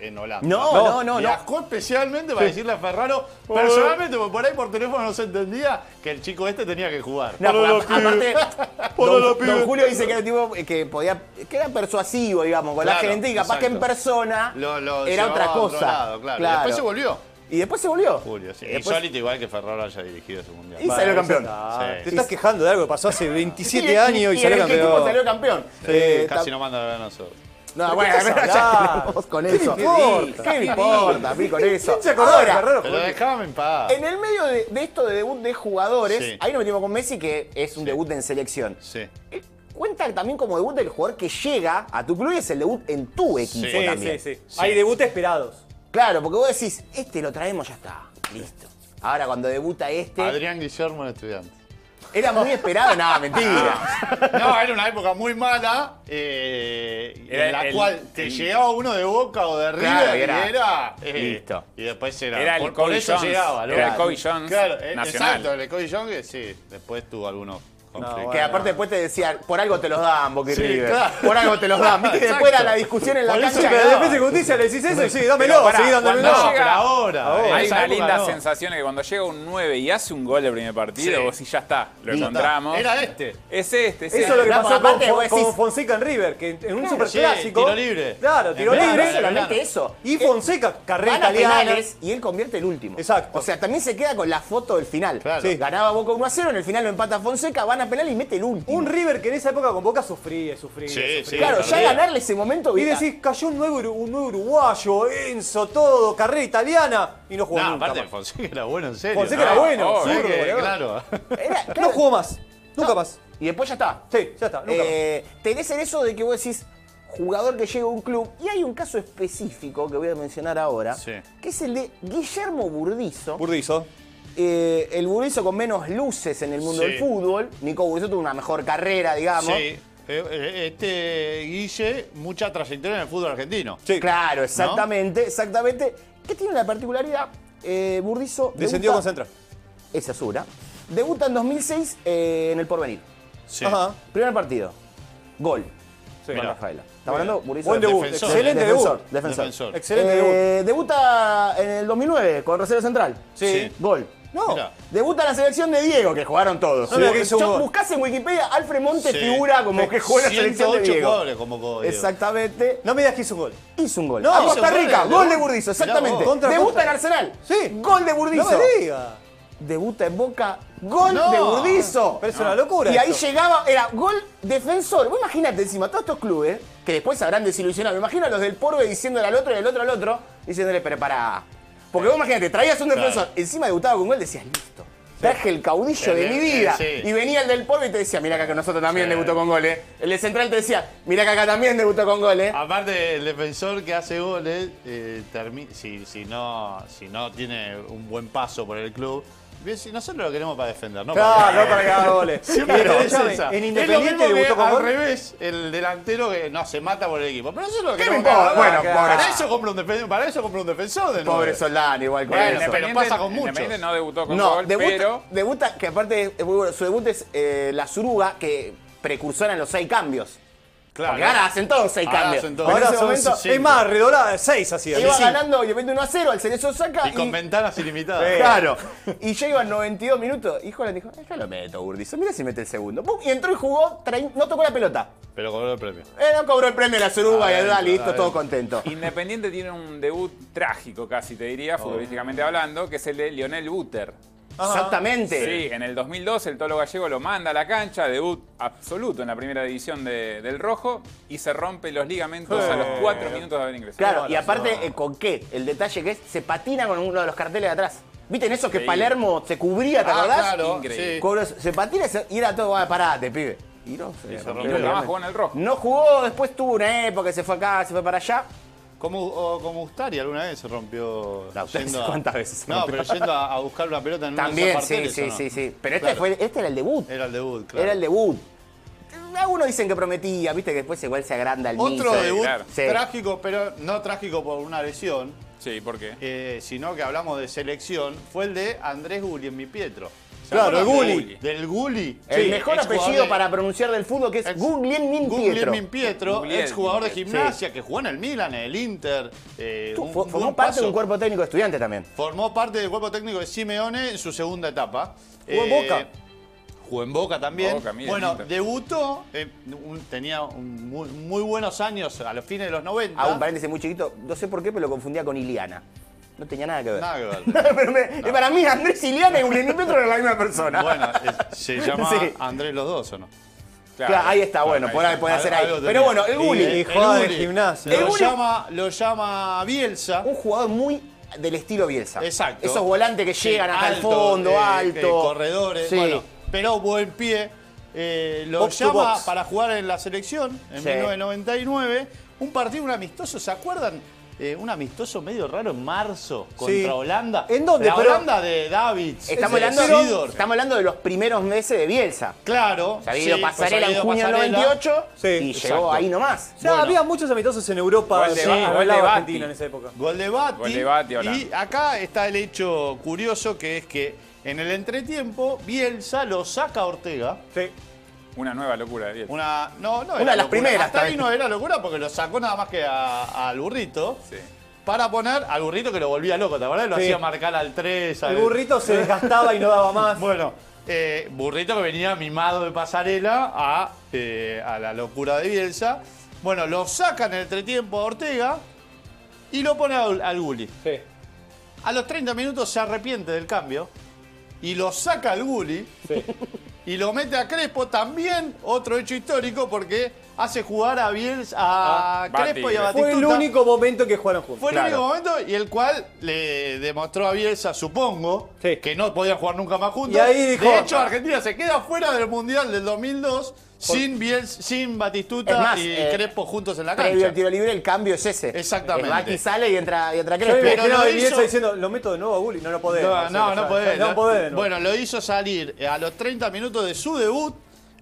Speaker 3: en Holanda.
Speaker 1: No, no, no, no.
Speaker 3: Viajó especialmente para decirle a Ferraro,
Speaker 1: Oh.
Speaker 3: personalmente, porque por ahí por teléfono no se entendía que el chico este tenía que jugar.
Speaker 1: No,
Speaker 3: Por
Speaker 1: porque
Speaker 3: los
Speaker 1: a- aparte,
Speaker 3: pibes. Por
Speaker 1: don,
Speaker 3: los
Speaker 1: don
Speaker 3: pibes.
Speaker 1: Julio dice que era un tipo eh, que podía, que era persuasivo, digamos, con la
Speaker 3: Claro,
Speaker 1: gente y capaz que en
Speaker 3: exacto.
Speaker 1: persona
Speaker 3: Lo- lo
Speaker 1: era
Speaker 3: llevaba
Speaker 1: otra
Speaker 3: a otro
Speaker 1: cosa.
Speaker 3: lado, claro. Y después se volvió.
Speaker 1: Y después se volvió.
Speaker 3: Julio, sí.
Speaker 1: Y después-
Speaker 3: Insólito igual que Ferraro haya dirigido ese mundial.
Speaker 1: Y
Speaker 3: Va.
Speaker 1: salió
Speaker 2: Bueno,
Speaker 1: campeón.
Speaker 2: ya está.
Speaker 3: Sí.
Speaker 2: Te estás quejando de algo que pasó hace
Speaker 1: Y-
Speaker 2: 27
Speaker 1: y-
Speaker 2: años
Speaker 1: y
Speaker 2: y,
Speaker 1: en
Speaker 2: salió
Speaker 1: el que el
Speaker 2: campeón.
Speaker 1: tipo salió campeón.
Speaker 3: Eh,
Speaker 1: Eh,
Speaker 3: Casi
Speaker 1: tam-
Speaker 3: no manda a ver a nosotros.
Speaker 1: No,
Speaker 2: ¿Pero
Speaker 1: bueno,
Speaker 2: qué
Speaker 1: pero
Speaker 2: estás
Speaker 1: ya
Speaker 2: hablando?
Speaker 1: tenemos con
Speaker 2: ¿Qué
Speaker 1: eso.
Speaker 2: me importa?
Speaker 1: ¿Qué me importa a mí con eso?
Speaker 2: ¿Quién se acordaba de
Speaker 1: Ahora,
Speaker 2: Ferraro?
Speaker 3: Pero dejame en paz.
Speaker 1: En el medio de, de esto de debut de jugadores,
Speaker 3: Sí.
Speaker 1: ahí nos metimos con Messi, que es un debut en selección.
Speaker 3: Sí.
Speaker 1: Eh, Cuenta también como debut del jugador que llega a tu club y es el debut en tu equipo
Speaker 3: Sí,
Speaker 2: Sí,
Speaker 1: también.
Speaker 2: sí, sí. Hay debuts esperados.
Speaker 1: Claro, porque vos decís, este lo traemos, ya está, listo. Ahora cuando debuta este,
Speaker 3: Adrián Guillermo, el estudiante.
Speaker 1: era muy esperado, nada, mentira.
Speaker 3: No, era una época muy mala eh,
Speaker 4: Era
Speaker 3: en la
Speaker 4: el-
Speaker 3: cual te
Speaker 4: el-
Speaker 3: llegaba uno de Boca o de River
Speaker 1: Claro, y
Speaker 3: y
Speaker 1: era-
Speaker 3: era... eh,
Speaker 1: listo.
Speaker 3: Y después era...
Speaker 4: Era el
Speaker 3: por, por
Speaker 4: Kobe
Speaker 3: eso
Speaker 4: Jones,
Speaker 3: llegaba, ¿no?
Speaker 4: era el Kobe Jones
Speaker 3: Claro, eh,
Speaker 4: nacional.
Speaker 3: exacto, el Kobe Jones, sí. Después tuvo algunos conflicto.
Speaker 1: Que aparte después te decían, por algo te los dan, Boca y
Speaker 3: Sí,
Speaker 1: River.
Speaker 3: claro.
Speaker 1: Por algo te los dan. Viste que después era la discusión en la
Speaker 3: Por eso
Speaker 1: cancha.
Speaker 3: que
Speaker 1: no.
Speaker 2: Pero defensa y justicia le decís eso y sí, dámelo,
Speaker 4: Pero pará,
Speaker 2: seguí dándomelo.
Speaker 4: cuando
Speaker 3: No,
Speaker 4: llega-
Speaker 3: pero ahora. eh,
Speaker 2: Ahora.
Speaker 3: en
Speaker 4: Hay
Speaker 3: esa
Speaker 4: una
Speaker 3: época
Speaker 4: linda
Speaker 3: no.
Speaker 4: sensación que cuando llega un 9 y hace un gol el primer partido,
Speaker 3: Sí.
Speaker 4: vos sí ya está, lo
Speaker 3: Ya está.
Speaker 4: encontramos.
Speaker 3: Era este.
Speaker 4: Es este, es
Speaker 2: Eso
Speaker 4: este.
Speaker 2: es lo que
Speaker 1: Claro,
Speaker 2: pasó con,
Speaker 1: aparte vos decís-
Speaker 2: con Fonseca en River, que en un superclásico.
Speaker 3: sí, tiro libre.
Speaker 2: Claro, tiro
Speaker 3: En
Speaker 2: libre.
Speaker 3: verano,
Speaker 1: No solamente
Speaker 3: Verano.
Speaker 1: eso.
Speaker 2: Y
Speaker 1: Eh,
Speaker 2: Fonseca, carrera
Speaker 1: Gana
Speaker 2: italiana.
Speaker 1: penales y él convierte el último.
Speaker 2: Exacto.
Speaker 1: O sea, también se queda con la foto del final.
Speaker 3: Claro.
Speaker 1: Sí. Ganaba Boca 1 a 0, en el final lo empata Fonseca, van a penal y mete el último.
Speaker 2: Un River que en esa época con Boca sufría, sufría,
Speaker 3: Sí,
Speaker 2: sufría.
Speaker 1: claro, ya
Speaker 3: perdía.
Speaker 1: ganarle ese momento.
Speaker 2: Y
Speaker 1: ¿viste?
Speaker 2: decís, cayó un nuevo, uru- un nuevo uruguayo, Enzo, todo, carrera italiana, y no jugó
Speaker 3: No,
Speaker 2: nunca
Speaker 3: aparte
Speaker 2: más.
Speaker 3: Fonseca era bueno, en serio.
Speaker 2: Fonseca
Speaker 3: ¿no?
Speaker 2: era bueno,
Speaker 4: oh,
Speaker 2: zurdo,
Speaker 3: Es que,
Speaker 2: goleador.
Speaker 3: claro.
Speaker 1: Era-
Speaker 2: No
Speaker 1: claro.
Speaker 2: jugó más, nunca
Speaker 1: No.
Speaker 2: más.
Speaker 1: Y después ya está.
Speaker 2: Sí, ya está, nunca más.
Speaker 1: Eh, tenés en eso de que vos decís jugador que llega a un club. Y hay un caso específico que voy a mencionar ahora,
Speaker 3: Sí.
Speaker 1: que es el de Guillermo Burdizo.
Speaker 2: Burdizo.
Speaker 1: Eh, el Burdizo con menos luces en el mundo
Speaker 3: Sí.
Speaker 1: del fútbol. Nico Burdizo tuvo una mejor carrera, digamos.
Speaker 3: Sí. Eh, eh, Este Guille, mucha trayectoria en el fútbol argentino.
Speaker 2: Sí.
Speaker 1: Claro, exactamente, exactamente. ¿Qué tiene la particularidad? Eh, Burdizo
Speaker 2: Descendió con
Speaker 1: debuta-
Speaker 2: Central.
Speaker 1: Esa es una. Debuta en 2006 eh, en el Porvenir.
Speaker 3: Sí.
Speaker 2: Ajá.
Speaker 1: Primer partido. Gol.
Speaker 2: Sí.
Speaker 1: Con
Speaker 3: Mirá.
Speaker 1: Rafaela. ¿Está hablando? Burdizo.
Speaker 2: Buen debut,
Speaker 3: Defensor.
Speaker 2: excelente
Speaker 1: defensor,
Speaker 2: debut.
Speaker 1: defensor.
Speaker 3: Defensor.
Speaker 2: Excelente debut.
Speaker 1: Eh, Debuta en el 2009 con Rosario Central.
Speaker 2: Sí.
Speaker 3: sí.
Speaker 1: Gol. No.
Speaker 3: Mirá.
Speaker 1: Debuta en la selección de Diego, que jugaron todos.
Speaker 2: No me digas que hizo un
Speaker 1: Yo-
Speaker 2: gol.
Speaker 1: buscás en Wikipedia, Alfred Montes
Speaker 3: Sí.
Speaker 1: figura como que jugó en la selección de
Speaker 3: 108
Speaker 1: Diego.
Speaker 3: jugadores convocó Diego.
Speaker 1: Exactamente.
Speaker 2: No me digas que hizo un gol.
Speaker 1: Hizo un gol.
Speaker 2: No,
Speaker 1: a
Speaker 2: hizo
Speaker 1: Costa
Speaker 3: goles,
Speaker 1: Rica,
Speaker 3: ¿no?
Speaker 1: gol de Burdizo, exactamente.
Speaker 3: Mirá
Speaker 2: vos. Contra,
Speaker 1: Debuta
Speaker 2: contra.
Speaker 1: en Arsenal.
Speaker 2: Sí.
Speaker 1: Gol de
Speaker 2: No
Speaker 1: Burdizo.
Speaker 2: me digas.
Speaker 1: Debuta en Boca, gol
Speaker 3: No.
Speaker 1: de Burdizo.
Speaker 2: Pero es una locura
Speaker 1: Y ahí
Speaker 2: esto.
Speaker 1: llegaba, era gol defensor. Vos imaginate encima, todos estos clubes, que después habrán desilusionado. Me imagino a los del Porbe diciéndole al otro y al otro al otro, diciéndole, pero pará. Porque vos imaginate, traías un defensor, encima debutaba con gol, decías, listo. Traje el caudillo
Speaker 3: Eh,
Speaker 1: de mi
Speaker 3: eh,
Speaker 1: vida.
Speaker 3: sí.
Speaker 1: Y venía el del Porbe y te decía, mira acá que nosotros también
Speaker 3: Sí.
Speaker 1: debutó con goles. El de Central te decía, mira que acá también debutó con eh". goles.
Speaker 3: Ah, Aparte, el defensor que hace goles, eh, termi- si, si no, si no tiene un buen paso por el club, ve si nosotros lo queremos para defender, ¿no?
Speaker 2: Claro,
Speaker 3: para
Speaker 2: Ah, no para que haga goles.
Speaker 3: Siempre
Speaker 2: Y
Speaker 3: es
Speaker 2: escuchame,
Speaker 3: esa.
Speaker 2: En
Speaker 3: es lo
Speaker 2: Independiente
Speaker 3: mismo
Speaker 2: debutó
Speaker 3: que
Speaker 2: con
Speaker 3: al
Speaker 2: gol.
Speaker 3: revés, el delantero que no se mata por el equipo. Pero eso es lo
Speaker 1: ¿Qué
Speaker 3: que
Speaker 1: me
Speaker 3: queremos para-
Speaker 1: importa? Bueno,
Speaker 3: para,
Speaker 1: pobre-
Speaker 3: eso compra un defen- para eso compra un defensor de nuevo.
Speaker 1: Pobre Soldán, igual que
Speaker 3: Bueno,
Speaker 1: eso.
Speaker 3: pero pasa con muchos.
Speaker 4: Independiente no debutó con
Speaker 1: No,
Speaker 4: gol,
Speaker 1: debuta,
Speaker 4: pero
Speaker 1: debuta, que aparte es- es muy bueno. Su debut es eh, la Suruga, que precursora en los seis cambios.
Speaker 3: Claro.
Speaker 1: Porque ahora hacen todos seis
Speaker 3: Ahora
Speaker 1: cambios.
Speaker 3: hacen todos.
Speaker 1: Ahora
Speaker 2: Ahora
Speaker 1: en ese
Speaker 2: son
Speaker 1: momento
Speaker 3: seis.
Speaker 2: es más, redolada de 6 hacía.
Speaker 1: iba
Speaker 2: Sí.
Speaker 1: ganando y 1 a 0, al Cerezo saca.
Speaker 3: Y con ventanas ilimitadas.
Speaker 1: Claro. Y ya iban 92 minutos. Y Jolan dijo, "Eh, yo lo meto, Burdizo. Mira si mete el segundo. Pum, Y entró y jugó, trein- no tocó la pelota.
Speaker 3: Pero cobró el premio.
Speaker 1: Eh, no cobró el premio la Suruga y
Speaker 3: Adentro,
Speaker 1: ah, listo,
Speaker 3: adentro.
Speaker 1: todo contento.
Speaker 4: Independiente tiene un debut trágico, casi te diría,
Speaker 3: Oh.
Speaker 4: futbolísticamente hablando, que es el de Lionel Buter.
Speaker 1: Exactamente.
Speaker 4: Sí, en el 2002 el Tolo Gallego lo manda a la cancha, debut absoluto en la primera división de- del Rojo y se rompe los ligamentos a los cuatro minutos de haber ingresado.
Speaker 1: Claro, y aparte, eh, ¿con qué? El detalle que es, se patina con uno de los carteles de atrás. ¿Viste en esos que
Speaker 4: Sí. Ah,
Speaker 1: Palermo se cubría, ¿te acordás?
Speaker 3: Ah, claro,
Speaker 4: Increíble.
Speaker 3: sí.
Speaker 1: Cobros- se patina y se- y era todo, ah, parate, pibe. Y no, se
Speaker 3: Y se
Speaker 1: rompió el
Speaker 3: rompió.
Speaker 4: Nunca más
Speaker 1: ligamento.
Speaker 4: jugó en el Rojo.
Speaker 1: No jugó, después tuvo una época, se fue acá, se fue para allá.
Speaker 3: Como, o como Ustari alguna vez se rompió.
Speaker 1: No, ¿cuántas veces se
Speaker 3: No,
Speaker 1: rompió?
Speaker 3: pero yendo a, a buscar una pelota en una
Speaker 1: También,
Speaker 3: de esas
Speaker 1: sí,
Speaker 3: parteles, ¿o
Speaker 1: sí,
Speaker 3: no?
Speaker 1: sí, sí. Pero este
Speaker 3: Claro.
Speaker 1: fue, este era el debut.
Speaker 3: Era el debut, claro.
Speaker 1: Era el debut. Algunos dicen que prometía, viste, que después igual se agranda el
Speaker 3: Otro
Speaker 1: miso.
Speaker 3: debut
Speaker 4: claro.
Speaker 1: Sí.
Speaker 3: trágico, pero no trágico por una lesión,
Speaker 4: Sí, ¿por qué?
Speaker 3: eh, sino que hablamos de selección, fue el de Andrés Gulli en mi Pietro. ¿Se
Speaker 2: Claro,
Speaker 3: acuerdan
Speaker 2: el Gulli.
Speaker 3: del Del Gulli.
Speaker 1: El
Speaker 3: Sí,
Speaker 1: mejor
Speaker 3: ex
Speaker 1: apellido
Speaker 3: jugador de-
Speaker 1: para pronunciar del fútbol que es
Speaker 3: ex-
Speaker 1: Guglielmin Min
Speaker 3: Guglielmin
Speaker 1: Pietro.
Speaker 3: Pietro,
Speaker 4: Guglielmin
Speaker 3: ex jugador de
Speaker 4: Pietro.
Speaker 3: gimnasia que jugó en el Milan, en el Inter. eh,
Speaker 1: Tú,
Speaker 3: un
Speaker 1: fo-
Speaker 3: buen
Speaker 1: Formó parte de un
Speaker 3: paso.
Speaker 1: cuerpo técnico de estudiante también.
Speaker 3: Formó parte del cuerpo técnico de Simeone en su segunda etapa. Eh,
Speaker 2: Jugó en Boca.
Speaker 3: Jugó en Boca también.
Speaker 4: Boca, mira,
Speaker 3: bueno,
Speaker 4: Inter.
Speaker 3: debutó, eh, un- tenía un muy, muy buenos años a los fines de los 90.
Speaker 1: Hago un paréntesis muy chiquito, no sé por qué, pero lo confundía con Iliana. No tenía nada que ver.
Speaker 3: Nada que ver.
Speaker 1: Pero me- Para mí, Andrés Iliana y Guglielmin Pietro eran la misma persona.
Speaker 3: Bueno, es- se llama
Speaker 1: Sí.
Speaker 3: Andrés los dos, ¿o no?
Speaker 1: Claro, ahí está, bueno, por ahí puede
Speaker 3: Algo-
Speaker 1: ser ahí.
Speaker 3: algo
Speaker 1: Pero
Speaker 3: tenía.
Speaker 1: bueno, el Gulli,
Speaker 3: Y-
Speaker 2: el jugaba de
Speaker 3: Gulli.
Speaker 2: gimnasia.
Speaker 1: El
Speaker 3: Lo
Speaker 1: Gulli-
Speaker 3: llama, lo llama Bielsa.
Speaker 1: un jugador muy del estilo Bielsa.
Speaker 3: Exacto.
Speaker 1: Esos volantes que
Speaker 3: Sí,
Speaker 1: llegan hasta el
Speaker 3: alto,
Speaker 1: fondo,
Speaker 3: eh,
Speaker 1: alto.
Speaker 3: eh, corredores,
Speaker 1: Sí.
Speaker 3: bueno, pero buen pie. Eh, lo
Speaker 2: Box to
Speaker 3: llama
Speaker 2: box.
Speaker 3: para jugar en la selección en
Speaker 1: Sí.
Speaker 3: 1999. Un partido, un amistoso, ¿se acuerdan? eh, un amistoso medio raro en marzo contra
Speaker 2: Sí.
Speaker 3: Holanda.
Speaker 2: ¿En dónde?
Speaker 3: La
Speaker 2: Pero-
Speaker 3: Holanda de Davids.
Speaker 1: Estamos
Speaker 3: de
Speaker 1: hablando,
Speaker 3: Sidor.
Speaker 1: estamos hablando de los primeros meses de Bielsa.
Speaker 3: Claro.
Speaker 1: Se había ido
Speaker 3: sí,
Speaker 1: pasarela
Speaker 3: pues,
Speaker 1: en junio del
Speaker 3: Pasarela.
Speaker 1: 98
Speaker 2: Sí,
Speaker 1: y llegó
Speaker 3: exacto.
Speaker 1: ahí nomás.
Speaker 2: Ya
Speaker 3: Bueno.
Speaker 2: había muchos amistosos en Europa.
Speaker 4: Gol de
Speaker 2: sí,
Speaker 4: Ba- gol de
Speaker 2: hablaba
Speaker 4: Bati.
Speaker 2: Argentina en esa época.
Speaker 3: Gol de Bati.
Speaker 4: Gol de Bati, Holanda.
Speaker 3: y acá está el hecho curioso que es que en el entretiempo Bielsa lo saca a Ortega.
Speaker 2: Sí.
Speaker 4: Una nueva locura de Bielsa.
Speaker 3: Una, no, no
Speaker 1: Una
Speaker 3: era
Speaker 1: de las
Speaker 3: locura.
Speaker 1: primeras
Speaker 3: Hasta ahí
Speaker 1: también.
Speaker 3: no era locura porque lo sacó nada más que a- al burrito.
Speaker 4: Sí.
Speaker 3: Para poner al burrito que lo volvía loco, ¿te acuerdas? Lo
Speaker 2: Sí.
Speaker 3: hacía marcar al 3.
Speaker 2: El burrito se desgastaba y no daba más.
Speaker 3: Bueno, eh, burrito que venía mimado de pasarela a, eh, a la locura de Bielsa. Bueno, lo saca en el entretiempo a Ortega y lo pone al, al Gulli.
Speaker 2: Sí.
Speaker 3: A los 30 minutos se arrepiente del cambio y lo saca al Gulli
Speaker 2: Sí.
Speaker 3: y lo mete a Crespo, también otro hecho histórico porque hace jugar a Bielsa, a
Speaker 4: Ah,
Speaker 3: Crespo y a
Speaker 4: Bati.
Speaker 2: Fue
Speaker 3: Batistuta.
Speaker 2: el único momento que jugaron juntos.
Speaker 3: Fue el
Speaker 1: Claro.
Speaker 3: único momento y el cual le demostró a Bielsa, supongo,
Speaker 2: Sí.
Speaker 3: que no podían jugar nunca más juntos.
Speaker 2: Y ahí dijo-
Speaker 3: de hecho, Argentina se queda fuera del Mundial del 2002 sin, Bielsa, sin Batistuta
Speaker 1: Es más,
Speaker 3: y
Speaker 1: eh,
Speaker 3: Crespo juntos en la
Speaker 1: Previo al
Speaker 3: cancha.
Speaker 1: tiro libre, el cambio es ese.
Speaker 3: Exactamente.
Speaker 1: El Baki sale y entra, y entra
Speaker 2: Yo me
Speaker 1: Crespo.
Speaker 3: Pero
Speaker 2: imagino
Speaker 3: lo
Speaker 2: a
Speaker 3: hizo-
Speaker 2: Bielsa diciendo, lo meto de nuevo a Gulli. No, no podés.
Speaker 3: No, no,
Speaker 2: Marcelo,
Speaker 3: no
Speaker 2: ya-
Speaker 3: podés.
Speaker 2: No podés. de nuevo.
Speaker 3: Bueno, lo hizo salir eh, a los 30 minutos de su debut.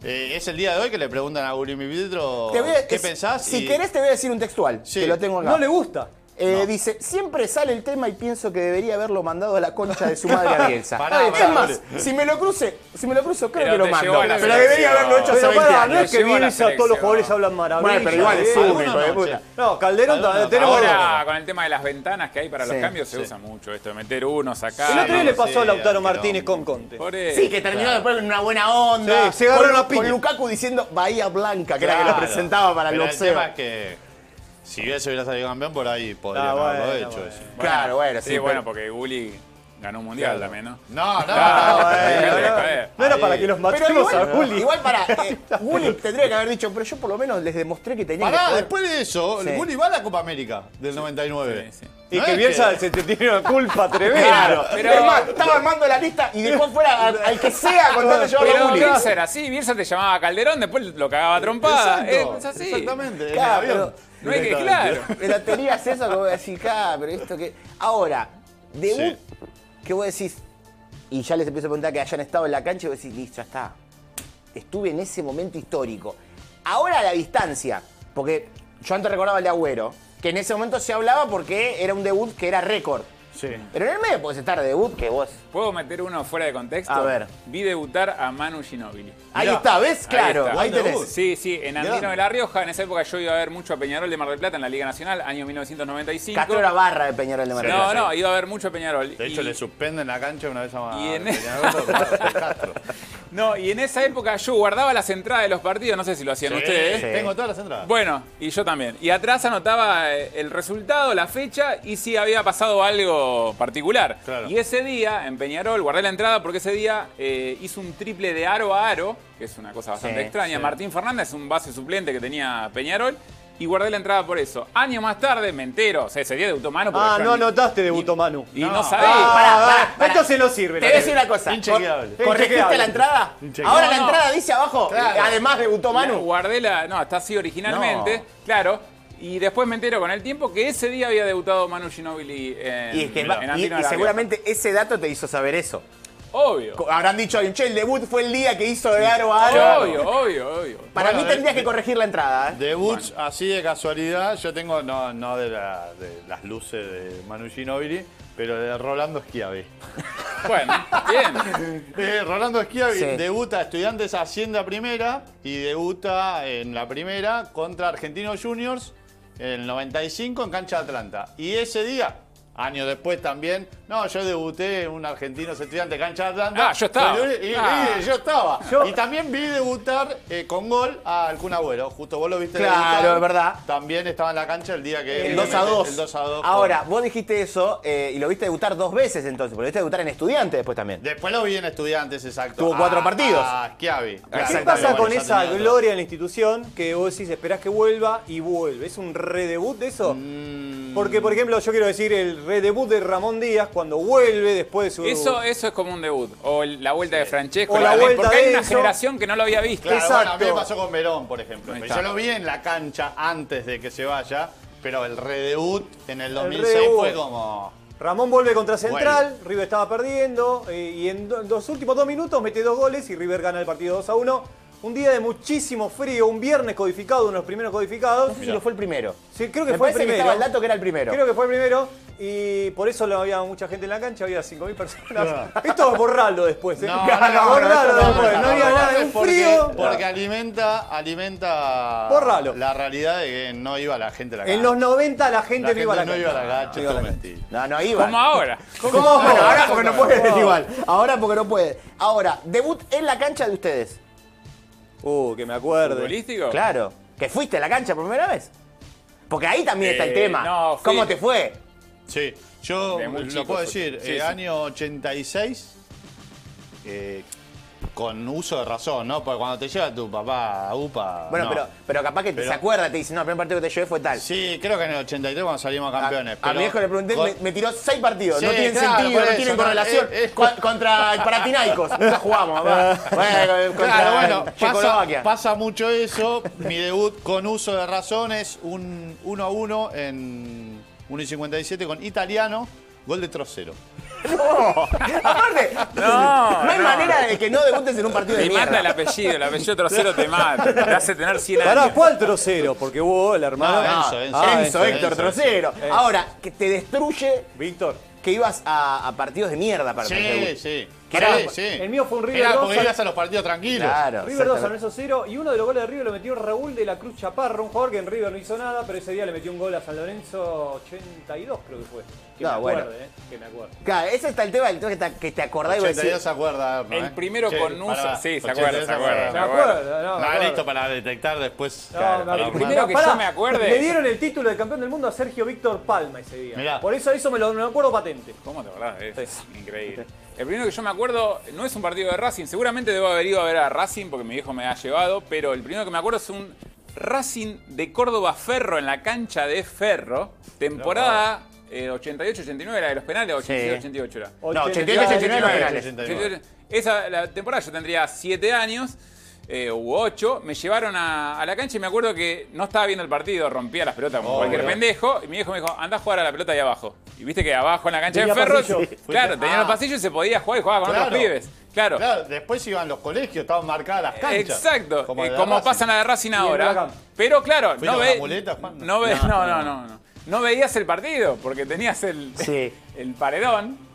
Speaker 3: eh, es el día de hoy que le preguntan a Gulimi Pietro
Speaker 1: Te voy a-
Speaker 3: qué
Speaker 1: es-
Speaker 3: pensás.
Speaker 1: Si
Speaker 3: y-
Speaker 1: querés te voy a decir un textual,
Speaker 3: Sí.
Speaker 1: que lo tengo acá.
Speaker 2: no le gusta.
Speaker 1: Eh, Dice, siempre sale el tema y pienso que debería haberlo mandado a la concha de su madre a Bielsa.
Speaker 3: Pará,
Speaker 1: Ay,
Speaker 3: pará,
Speaker 1: es más,
Speaker 3: boludo.
Speaker 1: si me lo cruce, si me lo cruzo, creo
Speaker 4: Pero
Speaker 1: que lo
Speaker 4: te
Speaker 1: mando.
Speaker 4: llevó a la
Speaker 1: Pero debería
Speaker 4: selección.
Speaker 1: haberlo hecho hace
Speaker 2: Pero
Speaker 1: 20
Speaker 2: pará, no
Speaker 1: años.
Speaker 2: es que
Speaker 4: Llevo a la
Speaker 2: Bielsa, todos los
Speaker 4: selección.
Speaker 2: jugadores hablan maravilla.
Speaker 1: Bueno, pero igual es
Speaker 2: ¿eh?
Speaker 1: uno,
Speaker 3: Algunos
Speaker 1: hijo de
Speaker 3: no,
Speaker 1: puta.
Speaker 3: che.
Speaker 2: No, Calderón
Speaker 3: Algunos
Speaker 2: también.
Speaker 3: no.
Speaker 2: Tenemos
Speaker 4: Ahora, con el tema de las ventanas que hay para los
Speaker 1: Sí,
Speaker 4: cambios, se
Speaker 1: sí.
Speaker 4: usa mucho esto de meter uno, sacar.
Speaker 2: El otro día le
Speaker 4: no, no
Speaker 2: pasó
Speaker 3: sé,
Speaker 2: a Lautaro
Speaker 3: Almirón.
Speaker 2: Martínez con Conte.
Speaker 4: sé. Por eso.
Speaker 1: Sí, que terminó después en una buena onda.
Speaker 2: Sí, se agarró
Speaker 1: con,
Speaker 2: la
Speaker 1: con
Speaker 2: piña.
Speaker 1: Lukaku diciendo Bahía Blanca, que era que
Speaker 3: Claro.
Speaker 1: lo presentaba para el
Speaker 3: Pero
Speaker 1: boxeo.
Speaker 3: tema es que si Bielsa hubiera salido campeón, por ahí podría
Speaker 2: Ah,
Speaker 3: haberlo
Speaker 2: bueno,
Speaker 3: hecho.
Speaker 2: bueno.
Speaker 3: eso.
Speaker 1: Claro, bueno, sí,
Speaker 4: Sí,
Speaker 1: pero-
Speaker 4: bueno, porque Gulli ganó un mundial también, ¿no?
Speaker 3: No, no,
Speaker 4: Ah,
Speaker 3: no, no,
Speaker 4: bueno,
Speaker 3: no,
Speaker 4: bueno.
Speaker 3: no.
Speaker 2: No era
Speaker 3: Ahí.
Speaker 2: para que los
Speaker 1: Pero
Speaker 2: matemos a
Speaker 1: igual,
Speaker 2: Gulli.
Speaker 1: igual para eh, Gulli tendría que haber dicho, pero yo por lo menos les demostré que tenía que
Speaker 3: Pará,
Speaker 1: jugar.
Speaker 3: después de eso,
Speaker 1: Sí.
Speaker 3: el Gulli va a la Copa América del 99.
Speaker 4: Sí, sí.
Speaker 2: Y
Speaker 3: No
Speaker 2: que
Speaker 3: es
Speaker 2: Bielsa se te tiene una culpa tremenda.
Speaker 1: Claro,
Speaker 4: pero-
Speaker 1: es más, estaba armando la lista y dejó fuera al, al que sea con tal de llevarlo a
Speaker 4: Pero
Speaker 1: Gulli.
Speaker 4: Bielsa era así, Bielsa te llamaba a Calderón, después lo cagaba a trompada.
Speaker 3: Exacto,
Speaker 4: es así.
Speaker 3: Exactamente, en el
Speaker 1: Claro,
Speaker 3: avión.
Speaker 1: pero-
Speaker 4: No hay que, claro.
Speaker 3: Directamente.
Speaker 1: Pero tenías eso como decir, ah, pero esto que. Ahora, debut, que vos decís, y ya les empiezo a preguntar que hayan estado en la cancha y vos decís, listo, ya está. Estuve en ese momento histórico. Ahora a la distancia, porque yo antes recordaba el de Agüero, que en ese momento se hablaba porque era un debut que era récord.
Speaker 3: Sí.
Speaker 1: Pero en el medio podés estar de debut que vos.
Speaker 4: ¿Puedo meter uno fuera de contexto?
Speaker 1: A ver. Ah,
Speaker 4: Vi debutar a Manu Ginóbili.
Speaker 1: Ahí
Speaker 3: Mirá,
Speaker 1: está, ¿ves?
Speaker 4: ahí
Speaker 1: Claro,
Speaker 4: está.
Speaker 1: ahí,
Speaker 3: Buen
Speaker 1: tenés.
Speaker 3: debut.
Speaker 4: Sí, sí, en Andino
Speaker 3: Grande.
Speaker 4: de La Rioja. En esa época yo iba a ver mucho a Peñarol de Mar del Plata en la Liga Nacional, año 1995.
Speaker 1: Castro era barra de Peñarol de Mar del
Speaker 4: No,
Speaker 1: Plata.
Speaker 4: no, iba a ver mucho a Peñarol.
Speaker 3: De hecho,
Speaker 4: Y-
Speaker 3: le suspenden la cancha una vez a más.
Speaker 4: Y en-
Speaker 3: Peñarol, claro, por Castro.
Speaker 4: No, y en esa época yo guardaba las entradas de los partidos, no sé si lo hacían ustedes.
Speaker 3: Sí, Tengo todas las entradas.
Speaker 4: Bueno, y yo también. Y atrás anotaba eh, el resultado, la fecha y si había pasado algo particular.
Speaker 3: Claro.
Speaker 4: Y ese día, en Peñarol, guardé la entrada porque ese día eh, hizo un triple de aro a aro, que es una cosa bastante
Speaker 1: Sí,
Speaker 4: extraña.
Speaker 1: sí.
Speaker 4: Martín Fernández, un base suplente que tenía Peñarol. Y guardé la entrada por eso. Años más tarde, me entero. O sea, ese día debutó Manu. porque
Speaker 2: Ah,
Speaker 4: yo
Speaker 2: no
Speaker 4: ni-
Speaker 2: anotaste, debutó Manu.
Speaker 4: Y no,
Speaker 3: No.
Speaker 4: sabía.
Speaker 2: Ah,
Speaker 1: pará,
Speaker 2: ah,
Speaker 1: pará, pará.
Speaker 2: Entonces no sirve.
Speaker 1: Te
Speaker 2: la
Speaker 1: voy a decir
Speaker 2: teoría.
Speaker 1: una cosa.
Speaker 3: Inchequeable.
Speaker 1: Cor- ¿Corregiste
Speaker 2: Inchequeable.
Speaker 1: la entrada?
Speaker 3: Inchequeable.
Speaker 1: Ahora la
Speaker 4: No, no.
Speaker 1: entrada dice abajo.
Speaker 3: Claro.
Speaker 1: Además debutó
Speaker 4: La
Speaker 1: Manu.
Speaker 4: guardé la. No, está así originalmente,
Speaker 1: No.
Speaker 4: claro. Y después me entero con el tiempo que ese día había debutado Manu Ginóbili en,
Speaker 1: Y, es que
Speaker 4: en
Speaker 1: va-
Speaker 4: Andino
Speaker 1: y-
Speaker 4: de la
Speaker 1: y
Speaker 4: Rioja.
Speaker 1: seguramente ese dato te hizo saber eso.
Speaker 4: Obvio.
Speaker 1: Co- Habrán dicho, che, el debut fue el día que hizo de aro a aro.
Speaker 4: Obvio, obvio, obvio.
Speaker 1: Para
Speaker 3: Bueno,
Speaker 1: mí tendrías
Speaker 3: de-
Speaker 1: que corregir la entrada. ¿eh?
Speaker 3: Debuts así de casualidad, yo tengo, no, no de, la- de las luces de Manu Ginobili, pero de Rolando Schiavi.
Speaker 4: Bueno, bien.
Speaker 3: Eh, Rolando Schiavi
Speaker 1: Sí.
Speaker 3: debuta, Estudiantes Hacienda Primera y debuta en la primera contra Argentinos Juniors en el 95 en cancha de Atlanta. Y ese día, años después también, no, yo debuté en un Argentinos Estudiantes cancha de Atlanta.
Speaker 4: Ah, yo estaba.
Speaker 3: Pero, y- y-
Speaker 4: Ah.
Speaker 3: y yo estaba.
Speaker 2: Yo-
Speaker 3: Y también vi debutar eh, con gol al Kun Agüero. Justo vos lo viste
Speaker 1: Claro,
Speaker 3: debutar.
Speaker 1: es verdad.
Speaker 3: También estaba en la cancha el día que...
Speaker 1: El 2 a 2.
Speaker 3: El 2 a 2.
Speaker 1: Ahora, vos dijiste eso eh, y lo viste debutar dos veces entonces, porque lo viste debutar en estudiante después también.
Speaker 3: Después lo vi en Estudiantes, exacto.
Speaker 1: Tuvo cuatro
Speaker 3: Ah,
Speaker 1: partidos.
Speaker 3: Ah, Schiavi.
Speaker 2: ¿Qué
Speaker 1: Exactamente.
Speaker 2: pasa
Speaker 3: Bueno,
Speaker 2: con
Speaker 3: ya
Speaker 2: esa
Speaker 3: tenía otro.
Speaker 2: gloria en la institución que vos decís esperás que vuelva y vuelve? ¿Es un redebut de eso?
Speaker 1: Mm.
Speaker 2: Porque, por ejemplo, yo quiero decir el redebut de Ramón Díaz cuando vuelve después de su.
Speaker 4: Eso, eso es como un debut. O el- la vuelta de Francesco.
Speaker 2: O la
Speaker 4: también,
Speaker 2: vuelta
Speaker 4: porque hay
Speaker 2: de
Speaker 4: una
Speaker 2: eso.
Speaker 4: generación que no lo había visto.
Speaker 3: Claro, bueno, a mí
Speaker 2: Exacto.
Speaker 3: me pasó con Verón, por ejemplo.
Speaker 4: Ahí está.
Speaker 3: Yo lo vi en la cancha antes de que se vaya. Pero el redebut en el 2006
Speaker 2: redebut.
Speaker 3: fue como.
Speaker 2: Ramón vuelve contra Central,
Speaker 3: Bueno.
Speaker 2: River estaba perdiendo eh, y en do- los últimos dos minutos mete dos goles y River gana el partido 2 a 1. Un día de muchísimo frío, un viernes codificado, uno de los primeros codificados.
Speaker 1: Sí, lo fue el primero.
Speaker 2: Sí, creo que
Speaker 1: Me
Speaker 2: fue el
Speaker 1: parece que
Speaker 2: primero.
Speaker 1: estaba el dato que era el primero.
Speaker 2: Creo que fue el primero y por eso no había mucha gente en la cancha, había 5.000 personas. Esto es borrarlo después. ¿eh? borrarlo después, no, había nada, un
Speaker 3: porque-
Speaker 2: frío.
Speaker 3: Porque alimenta, alimenta
Speaker 2: Bórralo.
Speaker 3: la realidad de que no iba la gente a la cancha.
Speaker 2: En los 90 la gente
Speaker 3: la
Speaker 2: no iba a la
Speaker 3: gente no
Speaker 2: cancha.
Speaker 3: iba a la cancha,
Speaker 2: iba a
Speaker 3: esto
Speaker 2: la
Speaker 3: es
Speaker 2: cancha.
Speaker 3: mentira.
Speaker 1: No, no, iba.
Speaker 4: Como ahora.
Speaker 1: ¿Cómo? Bueno, ahora porque no puede igual. Ahora porque no puede. Ahora, debut en la cancha de ustedes.
Speaker 2: Uh, que me acuerde.
Speaker 4: ¿Futbolístico?
Speaker 1: Claro. ¿Que fuiste a la cancha por primera vez? Porque ahí también está el
Speaker 4: Eh,
Speaker 1: tema.
Speaker 4: no, fui.
Speaker 1: ¿Cómo te fue?
Speaker 3: Sí, yo
Speaker 4: De muy
Speaker 3: lo
Speaker 4: chico
Speaker 3: puedo
Speaker 4: fue.
Speaker 3: decir,
Speaker 4: Sí,
Speaker 3: eh,
Speaker 4: sí.
Speaker 3: año 86, eh, con uso de razón, ¿no? Porque cuando te lleva tu papá a UPA.
Speaker 1: Bueno,
Speaker 3: no.
Speaker 1: pero, pero capaz que te
Speaker 3: Pero-
Speaker 1: se acuerda, te dice, no, el primer partido que te llevé fue tal.
Speaker 3: Sí, creo que en el 83 cuando salimos
Speaker 1: A,
Speaker 3: campeones.
Speaker 1: a mi
Speaker 3: pero
Speaker 1: hijo le pregunté,
Speaker 3: con-
Speaker 1: me, me tiró seis partidos. no
Speaker 3: Sí,
Speaker 1: tienen
Speaker 3: claro,
Speaker 1: sentido,
Speaker 3: por
Speaker 1: no
Speaker 3: eso,
Speaker 1: tienen
Speaker 3: no,
Speaker 1: correlación.
Speaker 3: eh, eh.
Speaker 1: Con- contra el Paratinaicos. Nunca jugamos. va. Bueno, contra
Speaker 3: Claro, bueno,
Speaker 1: Checoslovaquia.
Speaker 3: pasa, pasa mucho eso. Mi debut con uso de razones, un 1 a 1 en 1 y 57 con Italiano, gol de trocero.
Speaker 1: Aparte, no, hay manera de que no debutes en un partido de
Speaker 4: Te mata
Speaker 1: mierda.
Speaker 4: el apellido, el apellido trocero te mata. Te hace tener 100
Speaker 2: Pará,
Speaker 4: años.
Speaker 2: ¿cuál trocero? Porque hubo el hermano.
Speaker 3: No,
Speaker 1: Ah,
Speaker 3: Enzo, Enzo.
Speaker 1: ah,
Speaker 2: Enzo,
Speaker 1: Enzo, Héctor
Speaker 3: Enzo,
Speaker 1: Trocero.
Speaker 2: Enzo.
Speaker 1: Ahora, que te destruye
Speaker 2: Víctor.
Speaker 1: que ibas a, a partidos de mierda para hacer debut.
Speaker 3: Sí, sí.
Speaker 1: Que era-
Speaker 3: Sí, sí.
Speaker 2: el mío fue un River
Speaker 3: Era
Speaker 2: dos
Speaker 3: porque
Speaker 2: a-
Speaker 3: ibas a los partidos tranquilos.
Speaker 1: Claro.
Speaker 2: River 2, San
Speaker 1: exactamente.
Speaker 2: Lorenzo 0. Y uno de los goles de River lo metió Raúl de la Cruz Chaparro, un jugador que en River no hizo nada, pero ese día le metió un gol a San Lorenzo 82, creo que fue. Que
Speaker 1: No,
Speaker 2: me acuerde,
Speaker 1: bueno.
Speaker 2: eh, que me acuerde.
Speaker 1: Claro, ese está el tema del tema que te, que te acordás y vos
Speaker 3: 82
Speaker 1: decís.
Speaker 3: se acuerda. Erno,
Speaker 4: El
Speaker 3: ¿eh?
Speaker 4: primero
Speaker 3: Che,
Speaker 4: con Nusa.
Speaker 3: pará,
Speaker 4: Sí, se
Speaker 3: 82
Speaker 4: acuerda, se acuerda.
Speaker 2: Me
Speaker 4: Me
Speaker 2: acuerdo, no, me
Speaker 3: Ah,
Speaker 2: acuerdo.
Speaker 3: listo para detectar después.
Speaker 2: No,
Speaker 3: claro,
Speaker 2: me
Speaker 3: para
Speaker 2: acuerdo.
Speaker 4: el
Speaker 3: armar.
Speaker 4: primero que
Speaker 2: Pará,
Speaker 4: yo me acuerde-
Speaker 2: Le dieron el título de campeón del mundo a Sergio Víctor Palma ese día.
Speaker 3: Mirá.
Speaker 2: Por eso eso me lo, me lo acuerdo patente.
Speaker 4: ¿Cómo te acordás? Es increíble. El primero que yo me acuerdo no es un partido de Racing. Seguramente debo haber ido a ver a Racing porque mi viejo me ha llevado. Pero el primero que me acuerdo es un Racing de Córdoba Ferro en la cancha de Ferro. Temporada eh, 88-89 era de los penales. 87-88 era.
Speaker 1: No, 88, 89 los penales.
Speaker 3: 89.
Speaker 4: Esa la temporada yo tendría 7 años eh, u 8. Me llevaron a, a la cancha y me acuerdo que no estaba viendo el partido, rompía las pelotas como
Speaker 3: Oh,
Speaker 4: cualquier
Speaker 3: boludo.
Speaker 4: pendejo. Y mi viejo me dijo, anda a jugar a la pelota ahí abajo. Y viste que abajo en la cancha
Speaker 2: Tenía
Speaker 4: de Ferros,
Speaker 2: pasillo.
Speaker 4: sí, claro, tenía
Speaker 3: Ah.
Speaker 4: los pasillos y se podía jugar y jugaba con
Speaker 3: Claro.
Speaker 4: otros pibes. Claro.
Speaker 3: Claro, después iban los colegios, estaban marcadas las canchas.
Speaker 4: Exacto, Eh, como,
Speaker 3: la de Racing.
Speaker 4: pasa en la de Racing
Speaker 2: Huracán.
Speaker 4: ahora. Pero claro,
Speaker 3: ¿Fuiste
Speaker 4: no,
Speaker 3: con
Speaker 4: ve-
Speaker 3: la muleta, Juan?
Speaker 4: no, ve- no, no, no, no. No veías el partido porque tenías el,
Speaker 1: Sí.
Speaker 4: el paredón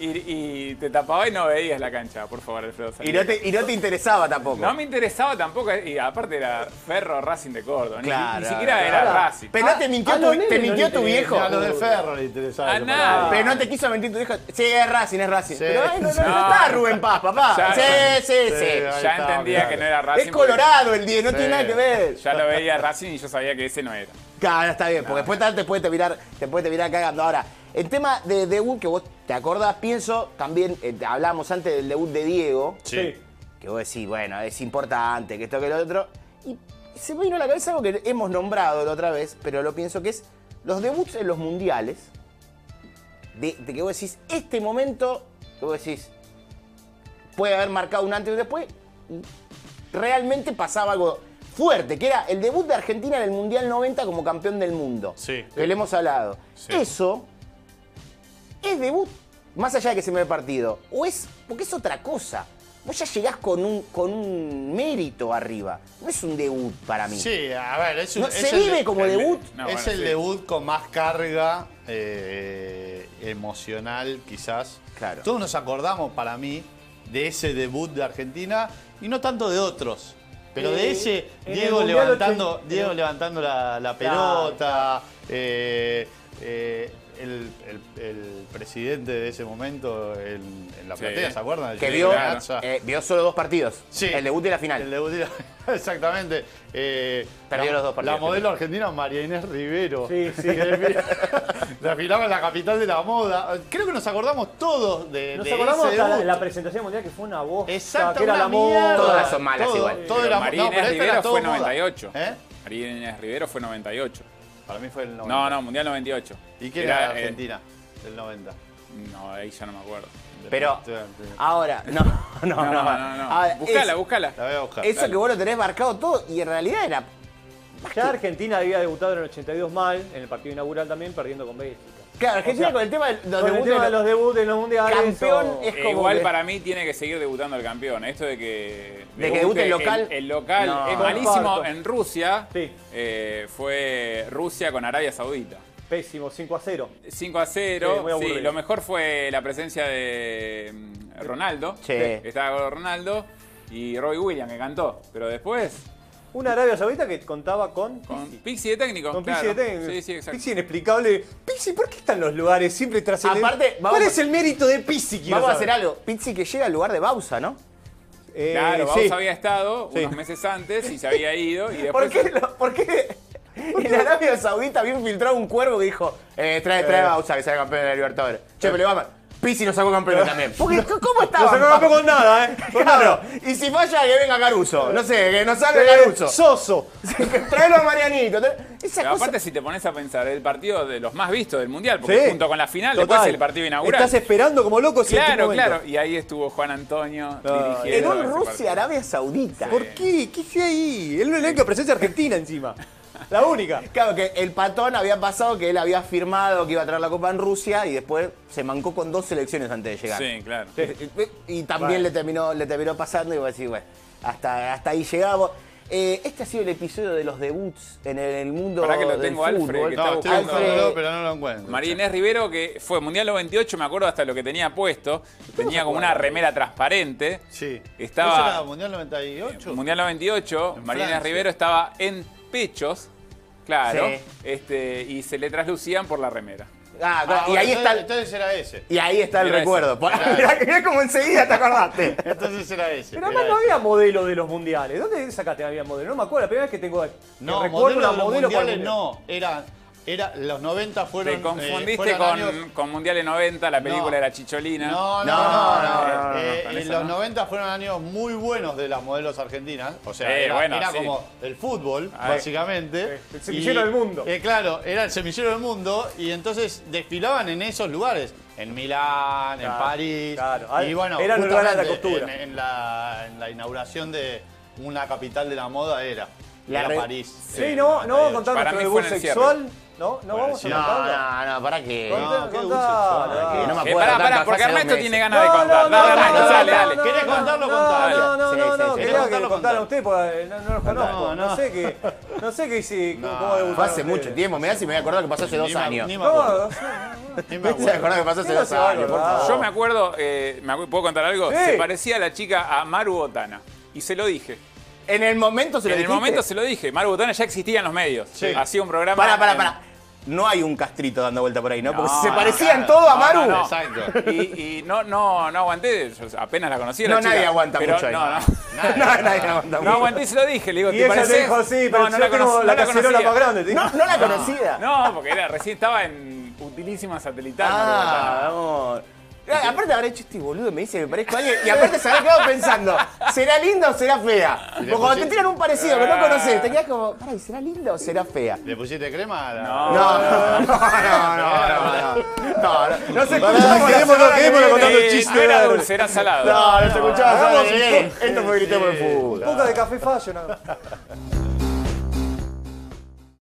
Speaker 4: y, y te tapaba y no veías la cancha. Por favor, Alfredo. salí.
Speaker 1: Y no, te, y no te interesaba tampoco.
Speaker 4: No me interesaba tampoco, y aparte era Ferro Racing de Córdoba, ni-
Speaker 1: Claro,
Speaker 4: ni, siquiera
Speaker 1: claro.
Speaker 4: era Racing.
Speaker 1: Pero no te mintió,
Speaker 2: Ah,
Speaker 1: tu,
Speaker 2: no, nene,
Speaker 1: te
Speaker 2: no
Speaker 1: mintió
Speaker 2: le
Speaker 1: tu
Speaker 2: interesa.
Speaker 1: viejo.
Speaker 3: A lo de Ferro le interesaba.
Speaker 4: A
Speaker 3: la
Speaker 4: nada.
Speaker 3: palabra.
Speaker 1: Pero no te quiso mentir tu viejo. Sí, es Racing, es Racing. Pero ay, no, no, no
Speaker 4: No.
Speaker 1: está Rubén Paz, papá.
Speaker 4: Ya-
Speaker 1: Sí, sí,
Speaker 3: Sí,
Speaker 1: sí.
Speaker 3: ahí
Speaker 4: Ya
Speaker 3: estaba,
Speaker 4: entendía
Speaker 3: claro.
Speaker 4: que no era Racing.
Speaker 1: Es colorado el 10, no tiene
Speaker 3: Sí.
Speaker 1: nada que ver.
Speaker 4: porque Ya lo veía Racing y yo sabía que ese no era.
Speaker 1: Claro, está bien, porque después te puede terminar, te puede terminar cagando. Ahora, el tema de debut que vos te acordás, pienso, también eh, hablábamos antes del debut de Diego,
Speaker 3: Sí.
Speaker 1: que vos decís, bueno, es importante, que esto, que lo otro. Y se me vino a la cabeza algo que hemos nombrado la otra vez, pero lo pienso que es los debuts en los mundiales, de, de que vos decís, este momento, que vos decís, puede haber marcado un antes y un después, y realmente pasaba algo fuerte, que era el debut de Argentina en el Mundial 90 como campeón del mundo,
Speaker 3: Sí.
Speaker 1: que le hemos hablado.
Speaker 3: Sí.
Speaker 1: Eso es debut, más allá de que se me ve partido, o es, porque es otra cosa. Vos ya llegás con un, con un mérito arriba, no es un debut para mí.
Speaker 3: Sí, a ver, es un-
Speaker 1: No,
Speaker 3: es
Speaker 1: se
Speaker 3: el
Speaker 1: vive
Speaker 3: de-
Speaker 1: como
Speaker 4: el de-
Speaker 1: debut.
Speaker 4: No,
Speaker 3: es
Speaker 4: bueno,
Speaker 3: el
Speaker 4: sí.
Speaker 3: debut con más carga eh, emocional, quizás.
Speaker 1: Claro.
Speaker 3: Todos nos acordamos, para mí, de ese debut de Argentina y no tanto de otros. Pero de
Speaker 2: Eh,
Speaker 3: ese
Speaker 2: en
Speaker 3: Diego
Speaker 2: el Mundial
Speaker 3: levantando,
Speaker 2: ochen-
Speaker 3: Diego
Speaker 2: en-
Speaker 3: levantando la, la
Speaker 1: Claro,
Speaker 3: pelota, eh, eh, el, el- el presidente de ese momento en, en la
Speaker 4: Sí.
Speaker 3: platea, ¿se acuerdan?
Speaker 1: Que
Speaker 3: Diego
Speaker 1: vio,
Speaker 3: Granazza.
Speaker 1: eh, vio solo dos partidos.
Speaker 3: Sí.
Speaker 1: El debut y la final.
Speaker 3: El debut de la- Exactamente. Eh,
Speaker 1: Perdió
Speaker 3: la-
Speaker 1: los dos partidos.
Speaker 3: La modelo argentina María Inés Rivero.
Speaker 2: Sí, sí.
Speaker 3: la filaba en la capital de la moda. Creo que nos acordamos todos de,
Speaker 2: Nos
Speaker 3: de
Speaker 2: acordamos
Speaker 3: ese
Speaker 2: hasta la,
Speaker 3: debut.
Speaker 2: la presentación mundial que fue una voz.
Speaker 3: Exacto,
Speaker 2: que era
Speaker 3: una
Speaker 2: la moda.
Speaker 3: mierda.
Speaker 1: Todas son malas
Speaker 3: Todo-
Speaker 1: igual.
Speaker 3: Todo
Speaker 4: Pero
Speaker 3: era,
Speaker 4: María
Speaker 3: no, pero
Speaker 4: Inés
Speaker 3: esta era
Speaker 4: Rivero
Speaker 3: todo
Speaker 4: fue
Speaker 3: moda.
Speaker 4: 98.
Speaker 3: ¿Eh?
Speaker 4: María Inés Rivero fue 98.
Speaker 3: Para mí fue el 90.
Speaker 4: No, no, Mundial 98.
Speaker 3: ¿Y quién era,
Speaker 4: eh,
Speaker 3: Argentina? El 90.
Speaker 4: no, ahí ya no me acuerdo.
Speaker 1: Pero
Speaker 3: Sí, sí.
Speaker 1: ahora, no, no, no.
Speaker 4: No, no, no.
Speaker 1: Ahora,
Speaker 4: Buscala,
Speaker 1: es-
Speaker 4: buscala.
Speaker 3: La voy a buscar.
Speaker 1: Eso que vos lo tenés marcado todo y en realidad era
Speaker 2: Ya Argentina había debutado en el 82 mal, en el partido inaugural también, perdiendo con Bélgica.
Speaker 1: Claro, Argentina
Speaker 2: O sea,
Speaker 1: con el tema de los
Speaker 2: Con el
Speaker 1: debuts
Speaker 2: tema
Speaker 1: de
Speaker 2: de los debuts en los mundiales.
Speaker 1: Campeón
Speaker 2: o-
Speaker 1: es-
Speaker 4: Eh,
Speaker 1: como
Speaker 4: igual
Speaker 1: que-
Speaker 4: para mí tiene que seguir debutando el campeón. Esto de que.
Speaker 1: De que debute el local.
Speaker 4: El, local
Speaker 1: No.
Speaker 4: es
Speaker 2: Comparto.
Speaker 4: malísimo. En Rusia
Speaker 2: Sí.
Speaker 4: eh, fue Rusia con Arabia Saudita.
Speaker 2: Pésimo, 5 a 0.
Speaker 4: 5 a
Speaker 2: Sí,
Speaker 4: 0.
Speaker 2: muy
Speaker 4: Sí,
Speaker 2: aburrido.
Speaker 4: lo mejor fue la presencia de mm, Ronaldo.
Speaker 1: Sí.
Speaker 4: Estaba Ronaldo y Roy Williams que cantó. Pero después,
Speaker 2: Una Arabia Saudita que contaba con.
Speaker 4: con
Speaker 2: Pizzi.
Speaker 4: Pixie de técnico.
Speaker 2: Con
Speaker 4: claro.
Speaker 2: Pizzi de técnico.
Speaker 4: Sí, sí, exacto.
Speaker 2: Pizzi inexplicable. Pizzi, ¿por qué están los lugares siempre tras el...
Speaker 1: Aparte, vamos-
Speaker 2: ¿Cuál es el mérito de Pizzi? quiero
Speaker 1: Vamos a hacer
Speaker 2: saber?
Speaker 1: algo. Pizzi que llega al lugar de Bausa, ¿no?
Speaker 2: Eh,
Speaker 4: Claro, Baus
Speaker 2: sí.
Speaker 4: había estado
Speaker 2: Sí.
Speaker 4: unos meses antes y se había ido. Y
Speaker 1: ¿Por
Speaker 4: después
Speaker 1: qué, lo- por qué en Arabia Saudita bien filtrado un cuervo que dijo, eh, trae, trae a Bausa que sea campeón de la Libertadores? Che, pero vamos, Pizzi lo sacó campeón también. Porque, ¿Cómo estaba?
Speaker 2: Lo sacó campeón con nada, ¿eh? Con
Speaker 1: Claro,
Speaker 2: nada.
Speaker 1: y si falla que venga Caruso, no sé, que no salga
Speaker 2: Eh,
Speaker 1: Caruso.
Speaker 2: Soso.
Speaker 1: Tráelo a Marianito. tra- Esa
Speaker 4: Pero
Speaker 1: cosa-
Speaker 4: aparte, si te pones a pensar, el partido de los más vistos del Mundial, porque
Speaker 2: Sí.
Speaker 4: junto con la final,
Speaker 2: Total.
Speaker 4: después el partido inaugural.
Speaker 2: Estás esperando como loco si en tu
Speaker 4: claro,
Speaker 2: momento.
Speaker 4: claro. Y ahí estuvo Juan Antonio
Speaker 2: No,
Speaker 1: en
Speaker 4: dirigiendo.
Speaker 1: un
Speaker 4: ese partido.
Speaker 1: Rusia-Arabia Saudita.
Speaker 2: ¿Por qué? ¿Qué hice ahí? Él es la única presencia argentina encima. La única.
Speaker 1: Claro, que el patón había pasado que él había firmado que iba a traer la Copa en Rusia y después se mancó con dos selecciones antes de llegar.
Speaker 4: Sí, claro.
Speaker 1: Y también le, terminó, le terminó pasando y voy a decir, bueno, hasta, hasta ahí llegamos. Eh, este ha sido el episodio de los debuts en el, el mundo
Speaker 4: Pará que lo
Speaker 1: del
Speaker 4: tengo,
Speaker 1: fútbol.
Speaker 4: Alfred, que
Speaker 3: No,
Speaker 4: Está
Speaker 3: estoy
Speaker 4: buscando-
Speaker 3: buscándolo, pero no lo encuentro.
Speaker 4: María Inés Rivero, que fue Mundial 98, me acuerdo hasta lo que tenía puesto. Tenía como una remera transparente.
Speaker 3: Sí. ¿Ese era
Speaker 4: Estaba.
Speaker 3: Mundial 98?
Speaker 4: Mundial 98,
Speaker 3: En
Speaker 4: María Inés
Speaker 3: Francia.
Speaker 4: Rivero estaba en pechos. Claro.
Speaker 1: Sí.
Speaker 4: Este, y se le traslucían por la remera.
Speaker 1: Ah, claro,
Speaker 3: Ah,
Speaker 1: y
Speaker 3: bueno,
Speaker 1: ahí
Speaker 3: entonces-
Speaker 1: está, el-
Speaker 3: Entonces era ese.
Speaker 1: y ahí está el
Speaker 4: Mirá
Speaker 1: recuerdo.
Speaker 4: ese.
Speaker 1: Mirá, mirá cómo enseguida te acordaste.
Speaker 3: Entonces era ese.
Speaker 2: Pero
Speaker 3: era
Speaker 2: además no
Speaker 3: ese.
Speaker 2: había modelo de los mundiales. ¿Dónde sacaste había modelo? No me acuerdo, la primera vez que tengo. que
Speaker 3: No,
Speaker 2: recuerdo
Speaker 3: modelo
Speaker 2: una
Speaker 3: de los
Speaker 2: modelo para el
Speaker 3: mundiales
Speaker 2: mundial.
Speaker 3: no. Era, era, los 90 fueron.
Speaker 4: Te confundiste
Speaker 3: eh, fueron
Speaker 4: con,
Speaker 3: años-
Speaker 4: con Mundial de 90, la película
Speaker 3: No.
Speaker 4: era Chicholina.
Speaker 3: No, no,
Speaker 1: No, no,
Speaker 3: no. no,
Speaker 4: no,
Speaker 3: Eh,
Speaker 4: con
Speaker 3: en
Speaker 4: esa
Speaker 3: los
Speaker 4: no.
Speaker 3: 90 fueron años muy buenos de las modelos argentinas. O sea,
Speaker 4: Eh,
Speaker 3: era,
Speaker 4: bueno,
Speaker 3: era
Speaker 4: sí.
Speaker 3: como el fútbol,
Speaker 1: Ah, eh,
Speaker 4: Ay.
Speaker 3: básicamente.
Speaker 2: Sí, eh, el semillero del mundo.
Speaker 3: eh, claro, era el semillero del mundo. Y entonces desfilaban en esos lugares. En Milán,
Speaker 2: Claro,
Speaker 3: en París.
Speaker 2: claro. Ah,
Speaker 3: Y bueno,
Speaker 2: eran lugares de la
Speaker 3: justamente
Speaker 2: costura.
Speaker 3: En, en la, en la inauguración de una capital de la moda era.
Speaker 1: La
Speaker 3: era
Speaker 1: re-
Speaker 3: París.
Speaker 2: Sí,
Speaker 3: eh,
Speaker 2: no, no vamos a contar
Speaker 4: Para
Speaker 2: nuestro
Speaker 4: mí fue
Speaker 2: debut
Speaker 4: en el cierre.
Speaker 2: sexual. No, no vamos a
Speaker 3: sí.
Speaker 1: No,
Speaker 2: contarlo.
Speaker 1: no, no, ¿para qué?
Speaker 2: Contá,
Speaker 3: No, qué
Speaker 2: contá,
Speaker 3: dulce sexual,
Speaker 2: no.
Speaker 1: que no me
Speaker 4: Eh,
Speaker 1: acuerdo
Speaker 4: pará, pará,
Speaker 1: tanto,
Speaker 4: porque
Speaker 1: hace dos
Speaker 4: Ernesto
Speaker 1: meses.
Speaker 4: tiene ganas de contar.
Speaker 2: No,
Speaker 4: Dale,
Speaker 2: no,
Speaker 4: Ernesto,
Speaker 2: no,
Speaker 4: dale,
Speaker 2: no,
Speaker 4: dale.
Speaker 2: no,
Speaker 3: ¿Querés
Speaker 2: no,
Speaker 3: contarlo?
Speaker 2: no,
Speaker 3: Contalo.
Speaker 2: No, no,
Speaker 1: Sí,
Speaker 2: no,
Speaker 1: sí,
Speaker 2: no.
Speaker 1: sí.
Speaker 2: Creo que
Speaker 3: Contalo,
Speaker 2: contarlo a
Speaker 3: contalo.
Speaker 2: ustedes porque no, no los conozco. No
Speaker 3: no.
Speaker 2: sé qué. No sé qué si. cómo- cómo
Speaker 1: Fue
Speaker 2: debutaron
Speaker 1: hace mucho
Speaker 2: ustedes.
Speaker 1: tiempo, mirá si me voy a acordar que pasó hace dos
Speaker 3: ni me-
Speaker 1: años.
Speaker 3: Ni me
Speaker 2: No,
Speaker 3: acuerdo.
Speaker 2: no sé.
Speaker 1: Me
Speaker 3: Ni me
Speaker 1: voy a
Speaker 3: acuerdo.
Speaker 1: acordar que pasó hace
Speaker 2: ¿Quién no
Speaker 1: dos
Speaker 2: se va a
Speaker 1: años, por
Speaker 2: acordar?
Speaker 1: favor.
Speaker 4: Yo me acuerdo, eh, me acu- ¿puedo contar algo?
Speaker 2: Sí.
Speaker 4: Se parecía a la chica a Maru Botana. Y se lo dije.
Speaker 1: En el momento se
Speaker 4: En
Speaker 1: lo
Speaker 4: el
Speaker 1: dijiste.
Speaker 4: momento se lo dije. Maru Botana ya existía en los medios.
Speaker 3: Sí.
Speaker 4: Hacía un programa.
Speaker 1: Pará, pará,
Speaker 4: en-
Speaker 1: pará. No hay un castrito dando vuelta por ahí, ¿no? Porque
Speaker 4: No,
Speaker 1: se
Speaker 4: no,
Speaker 1: parecían
Speaker 3: claro.
Speaker 1: todo a
Speaker 4: Ah, No,
Speaker 1: Maru.
Speaker 4: no, no.
Speaker 3: Exacto.
Speaker 4: Y, y no, no, no aguanté. Yo apenas la conocí. a la
Speaker 1: No,
Speaker 4: chica.
Speaker 1: nadie aguanta
Speaker 4: Pero
Speaker 1: mucho ahí.
Speaker 4: No, no.
Speaker 1: Nadie, no, nadie aguanta
Speaker 4: No
Speaker 1: mucho.
Speaker 4: aguanté y se lo dije. Le digo,
Speaker 2: Y
Speaker 4: ¿te
Speaker 2: ella te
Speaker 4: pareces?
Speaker 2: dijo, sí, pero
Speaker 4: no, no
Speaker 2: yo
Speaker 4: la
Speaker 2: tengo
Speaker 4: conocí-
Speaker 2: la
Speaker 4: no la
Speaker 2: cacerola
Speaker 4: conocía.
Speaker 2: más grande. te digo.
Speaker 1: No, no la conocida.
Speaker 4: No, porque era, recién estaba en utilísima satelital. Maru Botana.
Speaker 1: Ah, amor. Claro, Aparte habrá hecho este boludo, me dice que me parezco a alguien. Y aparte se habrá quedado pensando, ¿será linda o será fea? Porque cuando te
Speaker 3: pusiste-
Speaker 1: tiran un parecido que
Speaker 4: Ah.
Speaker 1: no conoces, te quedas como, ay, ¿será linda o será fea?
Speaker 3: ¿Le pusiste crema? a la-
Speaker 4: No.
Speaker 1: No, no, no, no, no, no, no, no, no se escuchamos la
Speaker 2: quedémonos,
Speaker 1: semana que
Speaker 2: quedémonos con
Speaker 1: viene.
Speaker 2: tanto
Speaker 4: Eh,
Speaker 2: chiste,
Speaker 4: No era
Speaker 2: dale.
Speaker 4: dulce, era salado.
Speaker 1: No, no se escuchaba. la semana
Speaker 3: Hagamos
Speaker 1: que
Speaker 3: un
Speaker 1: viene.
Speaker 3: poco-
Speaker 1: Esto fue gritemos de fútbol.
Speaker 2: Un poco de café fashion. ¿no?